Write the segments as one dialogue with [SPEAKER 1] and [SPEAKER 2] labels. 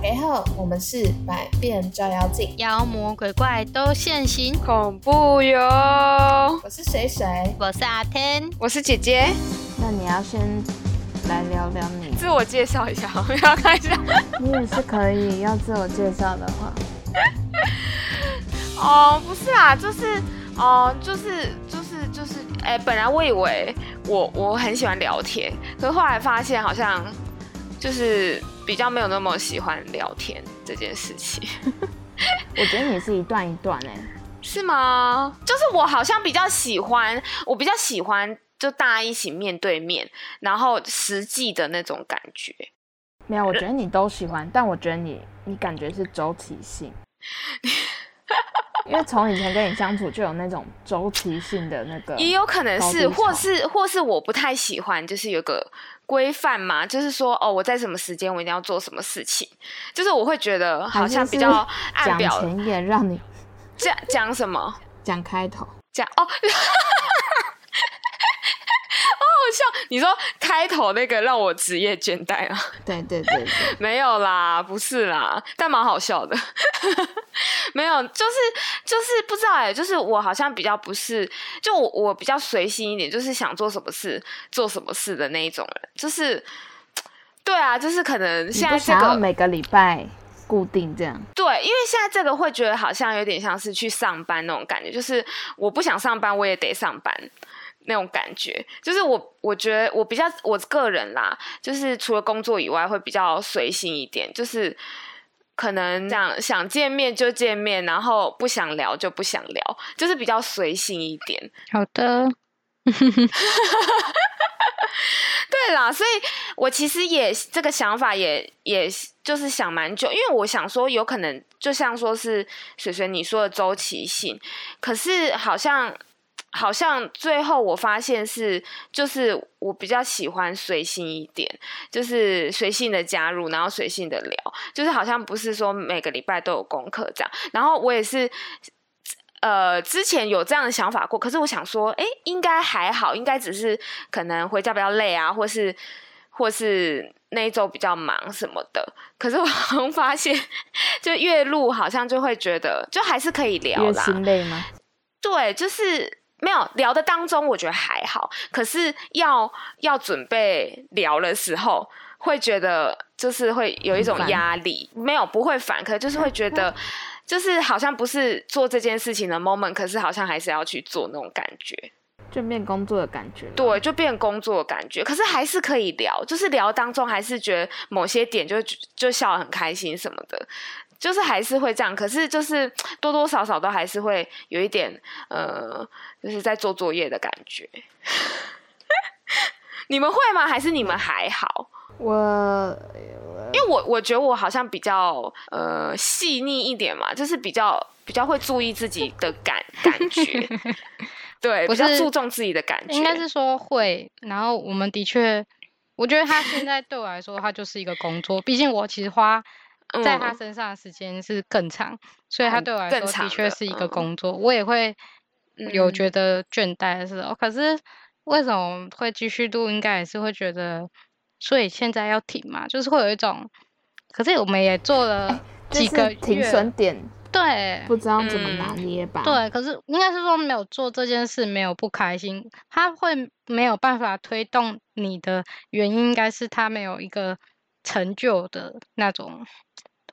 [SPEAKER 1] 随后我们是百变照妖镜，
[SPEAKER 2] 妖魔鬼怪都现形。
[SPEAKER 3] 恐怖哟！
[SPEAKER 1] 我是水水，
[SPEAKER 2] 我是阿天，
[SPEAKER 3] 我是姐姐，
[SPEAKER 4] 那你要先来聊聊你，
[SPEAKER 3] 自我介绍一下，我 们要看一下。
[SPEAKER 4] 你也是可以要自我介绍的话，
[SPEAKER 3] 哦，不是啊，就是哦，就是就是就是，哎、本来我以为我我很喜欢聊天，可是后来发现好像就是比较没有那么喜欢聊天这件事情，
[SPEAKER 4] 我觉得你是一段一段哎、
[SPEAKER 3] 是吗？ 就是我好像比较喜欢，我比较喜欢就大家一起面对面，然后实际的那种感觉。
[SPEAKER 4] 没有，我觉得你都喜欢，但我觉得你你感觉是周期性， 因为从以前跟你相处就有那种周期性的那个，
[SPEAKER 3] 也有可能是，
[SPEAKER 4] 高低
[SPEAKER 3] 或
[SPEAKER 4] 潮
[SPEAKER 3] 是或是我不太喜欢，就是有个规范嘛，就是说哦，我在什么时间我一定要做什么事情，就是我会觉得好像比较按
[SPEAKER 4] 讲
[SPEAKER 3] 表
[SPEAKER 4] 前言让你
[SPEAKER 3] 讲讲什么
[SPEAKER 4] 讲开头，
[SPEAKER 3] 讲哦。好 好笑！你说开头那个让我职业倦怠啊？
[SPEAKER 4] 对对对对，
[SPEAKER 3] 没有啦，不是啦，但蛮好笑的。 没有，就是就是不知道哎、就是我好像比较不是，就我我比较随心一点，就是想做什么事做什么事的那一种人，就是。对啊，就是可能
[SPEAKER 4] 你
[SPEAKER 3] 现
[SPEAKER 4] 不
[SPEAKER 3] 在这
[SPEAKER 4] 想要
[SPEAKER 3] 个
[SPEAKER 4] 每个礼拜固定这样，
[SPEAKER 3] 对，因为现在这个会觉得好像有点像是去上班那种感觉，就是我不想上班我也得上班那种感觉。就是我我觉得我比较我个人啦，就是除了工作以外会比较随性一点，就是可能想想见面就见面，然后不想聊就不想聊，就是比较随性一点。
[SPEAKER 2] 好的，
[SPEAKER 3] 对啦，所以我其实也这个想法也也就是想蛮久，因为我想说有可能就像说是水水你说的周期性，可是好像好像最后我发现是就是我比较喜欢随性一点，就是随性的加入，然后随性的聊，就是好像不是说每个礼拜都有功课这样。然后我也是，呃，之前有这样的想法过，可是我想说，哎，应该还好，应该只是可能回家比较累啊，或是或是那一周比较忙什么的。可是我好像发现， 就越录好像就会觉得，就还是可以聊
[SPEAKER 4] 因为
[SPEAKER 3] 啦，
[SPEAKER 4] 心累吗？
[SPEAKER 3] 对，就是没有聊的当中，我觉得还好，可是要要准备聊的时候，会觉得就是会有一种
[SPEAKER 4] 很烦
[SPEAKER 3] 压力，没有不会烦，可就是会觉得 就是好像不是做这件事情的 moment，可是好像还是要去做那种感觉，
[SPEAKER 4] 就面工作的感觉，，
[SPEAKER 3] 对，就变工作的感觉，可是还是可以聊，就是聊当中还是觉得某些点就就笑得很开心什么的。就是还是会这样，可是就是多多少少都还是会有一点呃，就是在做作业的感觉。 你们会吗？还是你们还好？
[SPEAKER 4] 我
[SPEAKER 3] 因为我我觉得我好像比较呃细腻一点嘛，就是比较比较会注意自己的感感 觉，对，
[SPEAKER 2] 不
[SPEAKER 3] 比较
[SPEAKER 2] 是
[SPEAKER 3] 注重自己的感觉，
[SPEAKER 2] 应该是说会。然后我们的确，我觉得他现在对我来说，他就是一个工作。毕竟我其实花在他
[SPEAKER 3] 嗯
[SPEAKER 2] 身上的时间是更长，所以他
[SPEAKER 3] 很
[SPEAKER 2] 对我来
[SPEAKER 3] 更
[SPEAKER 2] 说的
[SPEAKER 3] 长
[SPEAKER 2] 确
[SPEAKER 3] 的
[SPEAKER 2] 是一个
[SPEAKER 3] 嗯
[SPEAKER 2] 工作。我也会有
[SPEAKER 3] 嗯
[SPEAKER 2] 觉得倦怠的时候，可是为什么会继续录？应该也是会觉得，所以现在要停嘛，就是会有一种。可是我们也做了
[SPEAKER 4] 就
[SPEAKER 2] 几
[SPEAKER 4] 哎是
[SPEAKER 2] 个
[SPEAKER 4] 停
[SPEAKER 2] 月，
[SPEAKER 4] 损点
[SPEAKER 2] 对，
[SPEAKER 4] 不知道怎么
[SPEAKER 3] 嗯
[SPEAKER 4] 拿捏吧，，
[SPEAKER 2] 对，可是应该是说没有做这件事，没有不开心，他会没有办法推动你的原因，应该是他没有一个成就的那种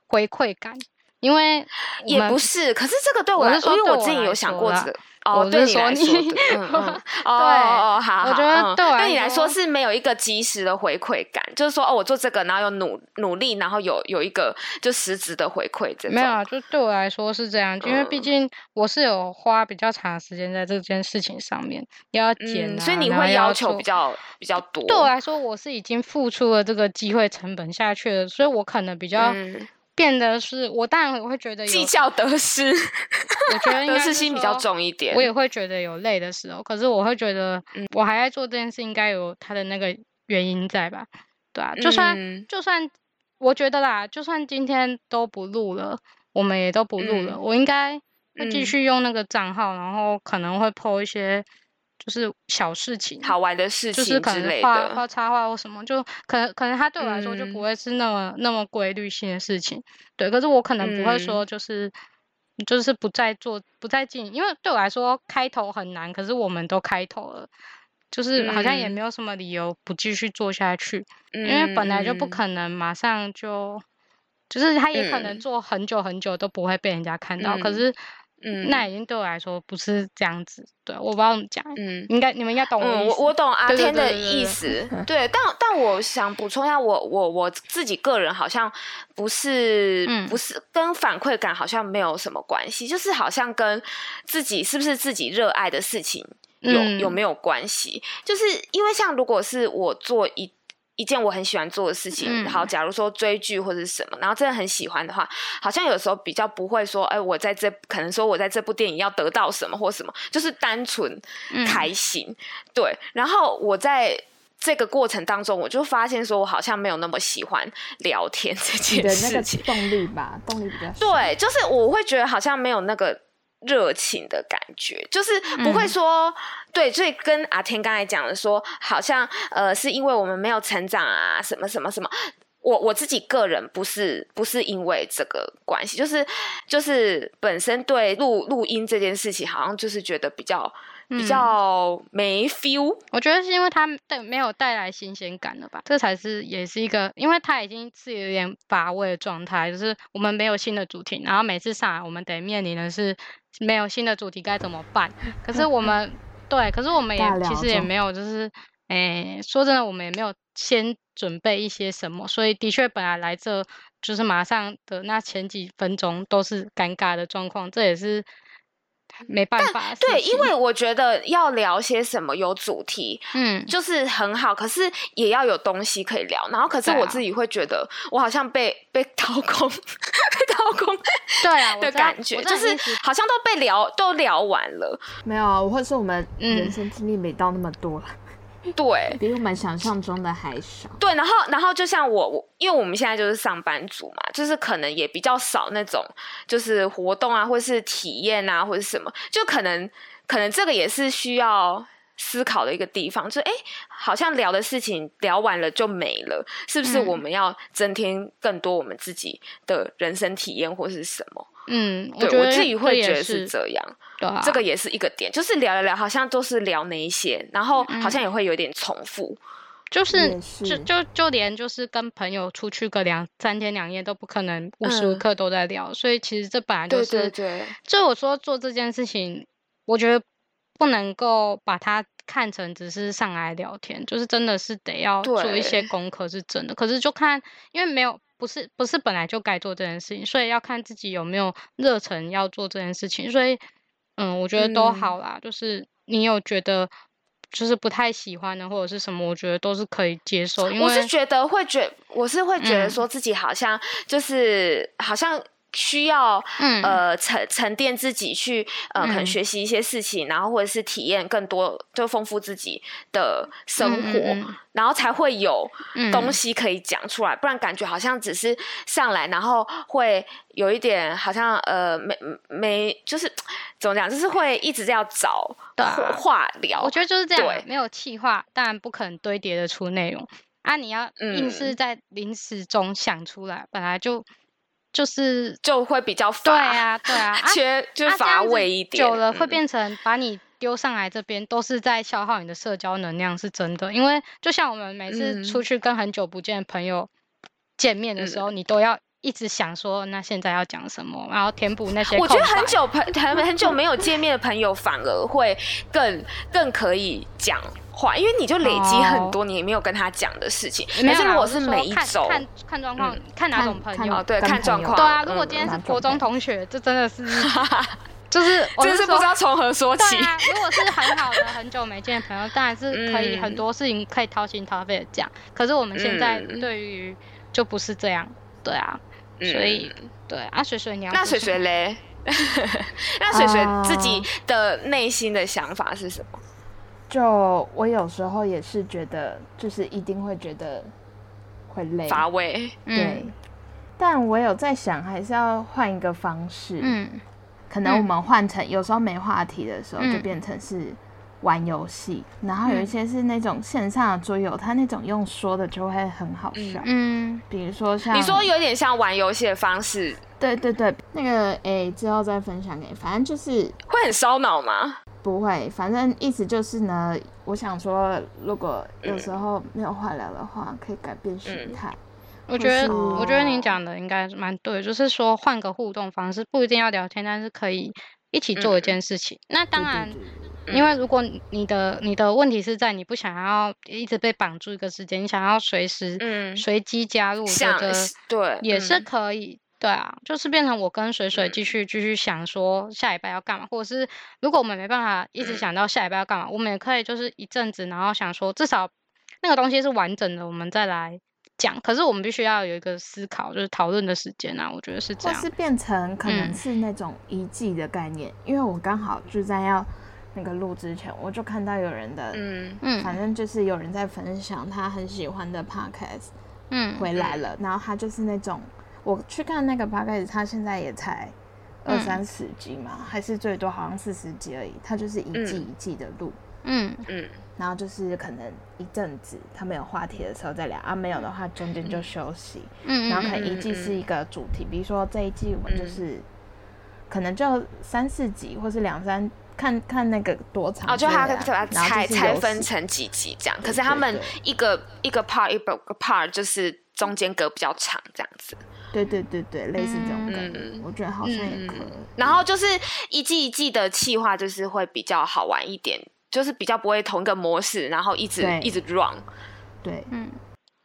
[SPEAKER 2] 回馈感，因为我
[SPEAKER 3] 也
[SPEAKER 2] 们
[SPEAKER 3] 不是，可是这个对我
[SPEAKER 2] 我
[SPEAKER 3] 来，
[SPEAKER 2] 是说
[SPEAKER 3] 因为
[SPEAKER 2] 对
[SPEAKER 3] 我
[SPEAKER 2] 我
[SPEAKER 3] 自己
[SPEAKER 2] 来
[SPEAKER 3] 有想
[SPEAKER 2] 说
[SPEAKER 3] 过
[SPEAKER 2] 啦
[SPEAKER 3] 这个，哦，
[SPEAKER 2] 我
[SPEAKER 3] 对
[SPEAKER 2] 是
[SPEAKER 3] 你
[SPEAKER 2] 说
[SPEAKER 3] 来
[SPEAKER 2] 你
[SPEAKER 3] 说的， 嗯嗯，哦哦，哦好，
[SPEAKER 2] 我
[SPEAKER 3] 好
[SPEAKER 2] 觉得
[SPEAKER 3] 嗯
[SPEAKER 2] 对我来
[SPEAKER 3] 你来
[SPEAKER 2] 说
[SPEAKER 3] 说是没有一个及时的回馈感，就是说哦，我做这个，然后有努努力，然后有有一个就实质的回馈，这种
[SPEAKER 2] 没有啊，就对我来说是这样，因为毕
[SPEAKER 3] 嗯
[SPEAKER 2] 竟我是有花比较长的时间在这件事情上面，要剪
[SPEAKER 3] 嗯，
[SPEAKER 2] 啊，
[SPEAKER 3] 所以你
[SPEAKER 2] 然后
[SPEAKER 3] 会
[SPEAKER 2] 也
[SPEAKER 3] 要
[SPEAKER 2] 要
[SPEAKER 3] 求
[SPEAKER 2] 做
[SPEAKER 3] 比较比较多，
[SPEAKER 2] 对我啊来说，我是已经付出了这个机会成本下去了，所以我可能比较
[SPEAKER 3] 嗯
[SPEAKER 2] 变得是，我当然我会觉得有
[SPEAKER 3] 计较得失，
[SPEAKER 2] 我觉得应
[SPEAKER 3] 得
[SPEAKER 2] 该
[SPEAKER 3] 失
[SPEAKER 2] 是
[SPEAKER 3] 心比较
[SPEAKER 2] 说
[SPEAKER 3] 重一点，嗯
[SPEAKER 2] 我也会觉得有累的时候，可是我会觉得我还在做这件事，应该有它的那个原因在吧？对啊，就算、
[SPEAKER 3] 嗯
[SPEAKER 2] 就算我觉得啦，就算今天都不录了，我们也都不录了，
[SPEAKER 3] 嗯
[SPEAKER 2] 我应该会继
[SPEAKER 3] 嗯
[SPEAKER 2] 续用那个账号，然后可能会 po 一些就是小事情，
[SPEAKER 3] 好玩的事
[SPEAKER 2] 就
[SPEAKER 3] 情
[SPEAKER 2] 是可
[SPEAKER 3] 之
[SPEAKER 2] 能
[SPEAKER 3] 类
[SPEAKER 2] 画
[SPEAKER 3] 的。
[SPEAKER 2] 画插画或什么，就可能可能它对我来说就
[SPEAKER 3] 嗯
[SPEAKER 2] 不会是那么、那么规律性的事情，对。可是我可能不
[SPEAKER 3] 嗯
[SPEAKER 2] 会说就是、就是不再做不再进行，因为对我来说开头很难，可是我们都开头了，就是好像也
[SPEAKER 3] 嗯
[SPEAKER 2] 没有什么理由不继续做下去，
[SPEAKER 3] 因
[SPEAKER 2] 因为本来
[SPEAKER 3] 嗯
[SPEAKER 2] 就不可能马上就。就是他也可能
[SPEAKER 3] 嗯
[SPEAKER 2] 做很久很久都不会被人家看到，可
[SPEAKER 3] 嗯
[SPEAKER 2] 是
[SPEAKER 3] 嗯
[SPEAKER 2] 那已经对我来说不是这样子。对，我不知道怎么讲，
[SPEAKER 3] 嗯。
[SPEAKER 2] 应该你们应该懂的
[SPEAKER 3] 嗯，
[SPEAKER 2] 意
[SPEAKER 3] 我
[SPEAKER 2] 思
[SPEAKER 3] 我懂阿
[SPEAKER 2] 对对
[SPEAKER 3] 天
[SPEAKER 2] 对
[SPEAKER 3] 的
[SPEAKER 2] 对对
[SPEAKER 3] 意思，对，但但我想补充一下，我我我自己个人好像不是、
[SPEAKER 2] 嗯
[SPEAKER 3] 不是跟反馈感好像没有什么关系，就是好像跟自己是不是自己热爱的事情有、有
[SPEAKER 2] 嗯
[SPEAKER 3] 没有关系？就是因为像如果是我做一一件我很喜欢做的事情，
[SPEAKER 2] 嗯
[SPEAKER 3] 好，假如说追剧或者什么，然后真的很喜欢的话，好像有时候比较不会说，哎，我在这可能说我在这部电影要得到什么或什么，就是单纯
[SPEAKER 2] 嗯
[SPEAKER 3] 开心。对，然后我在。这个过程当中，我就发现说，我好像没有那么喜欢聊天这
[SPEAKER 4] 你
[SPEAKER 3] 件
[SPEAKER 4] 的那
[SPEAKER 3] 事
[SPEAKER 4] 个
[SPEAKER 3] 情。
[SPEAKER 4] 动力吧，动力比较小。
[SPEAKER 3] 对，就是我会觉得好像没有那个热情的感觉，就是不会
[SPEAKER 2] 嗯
[SPEAKER 3] 说、对，所以跟阿天刚才讲的说，好像呃是因为我们没有成长啊，什么什么什么。我我自己个人不是不是因为这个关系，就是就是本身对录录音这件事情，好像就是觉得比较、比
[SPEAKER 2] 嗯
[SPEAKER 3] 较没 feel，
[SPEAKER 2] 我觉得是因为它带没有带来新鲜感了吧，这才是也是一个，因为它已经是有点乏味的状态，就是我们没有新的主题，然后每次上来我们得面临的是没有新的主题该怎么 办。可是我们对，可是我们也
[SPEAKER 4] 大
[SPEAKER 2] 其
[SPEAKER 4] 聊
[SPEAKER 2] 实也
[SPEAKER 4] 中
[SPEAKER 2] 没有，就是诶，说真的，我们也没有先准备一些什么，所以的确本来来这就是马上的那前几分钟都是尴尬的状况，这也是没办法的事
[SPEAKER 3] 对，因
[SPEAKER 2] 情
[SPEAKER 3] 为我觉得要聊些什么有主题，
[SPEAKER 2] 嗯。
[SPEAKER 3] 就是很好，可是也要有东西可以聊。然后，可是
[SPEAKER 2] 对啊
[SPEAKER 3] 我自己会觉得，我好像被 被掏空，被掏空
[SPEAKER 2] 对啊，我
[SPEAKER 3] 的
[SPEAKER 2] 知道
[SPEAKER 3] 感
[SPEAKER 2] 我
[SPEAKER 3] 觉，
[SPEAKER 2] 知道
[SPEAKER 3] 就
[SPEAKER 2] 你
[SPEAKER 3] 是
[SPEAKER 2] 意思
[SPEAKER 3] 好像都被聊都聊完了。
[SPEAKER 4] 没有啊，我会说我们
[SPEAKER 2] 嗯
[SPEAKER 4] 人生经历没到那么多啦，
[SPEAKER 3] 对
[SPEAKER 4] 比我们想象中的还少。
[SPEAKER 3] 对，然后然后就像我我，因为我们现在就是上班族嘛，就是可能也比较少那种就是活动啊，或是体验啊，或者什么，就可能可能这个也是需要。思考的一个地方，就是哎，诶好像聊的事情聊完了就没了，是不是
[SPEAKER 2] 嗯
[SPEAKER 3] 我们要增添更多我们自己的人生体验或是什么？
[SPEAKER 2] 嗯，我觉
[SPEAKER 3] 对我
[SPEAKER 2] 得
[SPEAKER 3] 自己
[SPEAKER 2] 这
[SPEAKER 3] 会
[SPEAKER 2] 也
[SPEAKER 3] 觉得
[SPEAKER 2] 是
[SPEAKER 3] 是这样，
[SPEAKER 2] 对啊，
[SPEAKER 3] 这个也是一个点，就是聊一聊，好像都是聊那一些，然后
[SPEAKER 2] 嗯
[SPEAKER 3] 好像也会有点重复。
[SPEAKER 2] 就是
[SPEAKER 4] 也
[SPEAKER 2] 就是就就连就是跟朋友出去个两三天两夜都不可能无时无
[SPEAKER 3] 嗯
[SPEAKER 2] 刻都在聊，所以其实这本来就
[SPEAKER 3] 对
[SPEAKER 2] 是，
[SPEAKER 3] 对对
[SPEAKER 2] 所以我说做这件事情，我觉得不能够把它看成只是上来聊天，就是真的是得要做一些
[SPEAKER 3] 对
[SPEAKER 2] 功课是真的，可是就看因为没有。不是不是本来就该做这件事情，所以要看自己有没有热忱要做这件事情。所以，嗯，我觉得都
[SPEAKER 3] 嗯
[SPEAKER 2] 好啦，就是你有觉得就是不太喜欢的或者是什么，我觉得都是可以接受，因为
[SPEAKER 3] 我是觉得会觉，我是会觉得
[SPEAKER 2] 嗯
[SPEAKER 3] 说自己好像就是、好像需要。
[SPEAKER 2] 嗯
[SPEAKER 3] 呃，沉沉淀自己去，呃，可能
[SPEAKER 2] 嗯
[SPEAKER 3] 学习一些事情，然后或者是体验更多，就丰富自己的生
[SPEAKER 2] 嗯
[SPEAKER 3] 活，
[SPEAKER 2] 嗯
[SPEAKER 3] 然后才会有
[SPEAKER 2] 嗯
[SPEAKER 3] 东西可以讲出来，不然感觉好像只是上来，然后会有一点好像呃没没就是怎么讲，就是会一直要找
[SPEAKER 2] 对啊
[SPEAKER 3] 话聊
[SPEAKER 2] 我，觉得就是这样啊
[SPEAKER 3] 对，
[SPEAKER 2] 没有气化，当然不可能堆叠的出内容啊！你要硬
[SPEAKER 3] 嗯
[SPEAKER 2] 是在临时中想出来，本来就就是
[SPEAKER 3] 就会比较
[SPEAKER 2] 对
[SPEAKER 3] 乏，
[SPEAKER 2] 啊，对啊，啊
[SPEAKER 3] 缺就
[SPEAKER 2] 啊这
[SPEAKER 3] 乏
[SPEAKER 2] 样子
[SPEAKER 3] 味一点，
[SPEAKER 2] 久了会
[SPEAKER 3] 嗯
[SPEAKER 2] 变成把你丢上来这边都是在消耗你的社交能量，是真的。因为就像我们每次出
[SPEAKER 3] 嗯
[SPEAKER 2] 去跟很久不见的朋友见面的时候，你都要一直想说，那现在要讲什么，然后填补那些
[SPEAKER 3] 我觉得
[SPEAKER 2] 空
[SPEAKER 3] 很
[SPEAKER 2] 白
[SPEAKER 3] 久朋很很久没有见面的朋友，反而会更更可以讲话，因为你就累积很多你没有跟他讲的事情。
[SPEAKER 2] 哦没有
[SPEAKER 3] 但是
[SPEAKER 2] 啦
[SPEAKER 3] 如果
[SPEAKER 2] 我
[SPEAKER 3] 是
[SPEAKER 2] 说
[SPEAKER 3] 每一
[SPEAKER 2] 看
[SPEAKER 3] 周，嗯
[SPEAKER 2] 看看状况，看哪
[SPEAKER 4] 看
[SPEAKER 2] 种朋
[SPEAKER 4] 看
[SPEAKER 2] 友
[SPEAKER 3] 哦，对
[SPEAKER 4] 跟
[SPEAKER 3] 看状
[SPEAKER 4] 朋友
[SPEAKER 3] 况
[SPEAKER 2] 对啊，
[SPEAKER 3] 嗯
[SPEAKER 2] 如果今天是
[SPEAKER 4] 那
[SPEAKER 2] 国
[SPEAKER 4] 种的
[SPEAKER 2] 中同学，这真的 是，就是我
[SPEAKER 3] 真
[SPEAKER 2] 是
[SPEAKER 3] 是不
[SPEAKER 2] 说
[SPEAKER 3] 知道从何说起
[SPEAKER 2] 对。啊，如果是很好的、很久没见的朋友，当然是可以很
[SPEAKER 3] 嗯
[SPEAKER 2] 多事情可以掏心掏肺的讲。可是我们现在
[SPEAKER 3] 嗯
[SPEAKER 2] 对于就不是这样，对啊，
[SPEAKER 4] 嗯
[SPEAKER 2] 所以对啊，水水你要
[SPEAKER 3] 那
[SPEAKER 2] 说
[SPEAKER 3] 嗯水
[SPEAKER 2] 什
[SPEAKER 3] 水
[SPEAKER 2] 么
[SPEAKER 3] 嘞？ 那水水自己
[SPEAKER 4] 啊
[SPEAKER 3] 的内心的想法是什么？
[SPEAKER 4] 就我有时候也是觉得，就是一定会觉得会
[SPEAKER 2] 哦
[SPEAKER 4] 累，
[SPEAKER 3] 乏味。
[SPEAKER 4] 对。
[SPEAKER 2] 嗯
[SPEAKER 4] 但我有在想，还是要换一个方式。，
[SPEAKER 2] 嗯
[SPEAKER 4] 可能我们换成有时候没话题的时候，
[SPEAKER 2] 嗯
[SPEAKER 4] 就变成是玩游戏，然后有一些是那种线上的桌游，它那种用说的就会很好笑，
[SPEAKER 2] 嗯，
[SPEAKER 4] 比如说像
[SPEAKER 3] 你说有点像玩游戏的方式，
[SPEAKER 4] 对对对，那个诶、之后再分享给你，反正就是
[SPEAKER 3] 会很烧脑吗？
[SPEAKER 4] 不会，反正意思就是呢，我想说，如果有时候没有话聊的话，可以改变心
[SPEAKER 2] 嗯
[SPEAKER 4] 态。
[SPEAKER 2] 我觉得，
[SPEAKER 4] 是
[SPEAKER 2] 我觉得你讲的应该是蛮对，就是说换个互动方式，不一定要聊天，但是可以一起做一件事情。那当然，
[SPEAKER 4] 嗯对对对
[SPEAKER 2] 因为如果你你的你的问题是在你不想要一直被绑住一个时间，你想要随时
[SPEAKER 3] 嗯
[SPEAKER 2] 随机加入，我觉
[SPEAKER 3] 想
[SPEAKER 2] 得
[SPEAKER 3] 对
[SPEAKER 2] 也是
[SPEAKER 3] 嗯
[SPEAKER 2] 可以。对啊，就是变成我跟水水继续继续想说下礼拜要干嘛，或者是如果我们没办法一
[SPEAKER 4] 嗯
[SPEAKER 2] 直想到下礼拜要干嘛，我们也可以就是一阵子，然后想说至少那个东西是完整的，我们再来讲。可是我们必须要有一个思考，就是讨论的时间啊，我觉得是这
[SPEAKER 4] 或
[SPEAKER 2] 样。
[SPEAKER 4] 是变成可能
[SPEAKER 2] 嗯
[SPEAKER 4] 是那种一季的概念，因为我刚好就在要那个录之前，我就看到有人的，
[SPEAKER 3] 嗯
[SPEAKER 4] 反
[SPEAKER 2] 嗯
[SPEAKER 4] 正就是有人在分享他很喜欢的 podcast
[SPEAKER 2] 嗯，
[SPEAKER 4] 回来了，然后他就是那种我去看那个 podcast，他现在也才二
[SPEAKER 2] 嗯
[SPEAKER 4] 三十集嘛，还是最多好像四十集而已，他就是一季
[SPEAKER 3] 嗯
[SPEAKER 4] 一季的录。
[SPEAKER 2] 嗯
[SPEAKER 3] 嗯
[SPEAKER 4] 然后就是可能一阵子他们有话题的时候再聊啊，没有的话中间就休息。
[SPEAKER 2] 嗯，
[SPEAKER 4] 然后
[SPEAKER 2] 嗯
[SPEAKER 4] 可
[SPEAKER 2] 嗯
[SPEAKER 4] 能一季是一个主题，比如说这一季我们就是、
[SPEAKER 3] 嗯
[SPEAKER 4] 可能就三四集或是两三，看看那个多长
[SPEAKER 3] 哦，
[SPEAKER 4] 之
[SPEAKER 3] 就
[SPEAKER 4] 类的
[SPEAKER 3] 它
[SPEAKER 4] 啊。
[SPEAKER 3] 可以把它
[SPEAKER 4] 然后
[SPEAKER 3] 拆
[SPEAKER 4] 就是
[SPEAKER 3] 拆
[SPEAKER 4] 游
[SPEAKER 3] 分
[SPEAKER 4] 戏
[SPEAKER 3] 成几集这样，可
[SPEAKER 4] 对
[SPEAKER 3] 是他
[SPEAKER 4] 对
[SPEAKER 3] 们
[SPEAKER 4] 对
[SPEAKER 3] 一个一个 part 一个 part 就是中间隔比较长这样子，
[SPEAKER 4] 对对对对，类似这种感觉，
[SPEAKER 3] 嗯
[SPEAKER 4] 我觉得好像也
[SPEAKER 3] 嗯
[SPEAKER 4] 可以。
[SPEAKER 3] 然后就是一季一季的企划就是会比较好玩一点，就是比较不会同一个模式，然后一直
[SPEAKER 4] 对
[SPEAKER 3] 一直 run。
[SPEAKER 4] 对，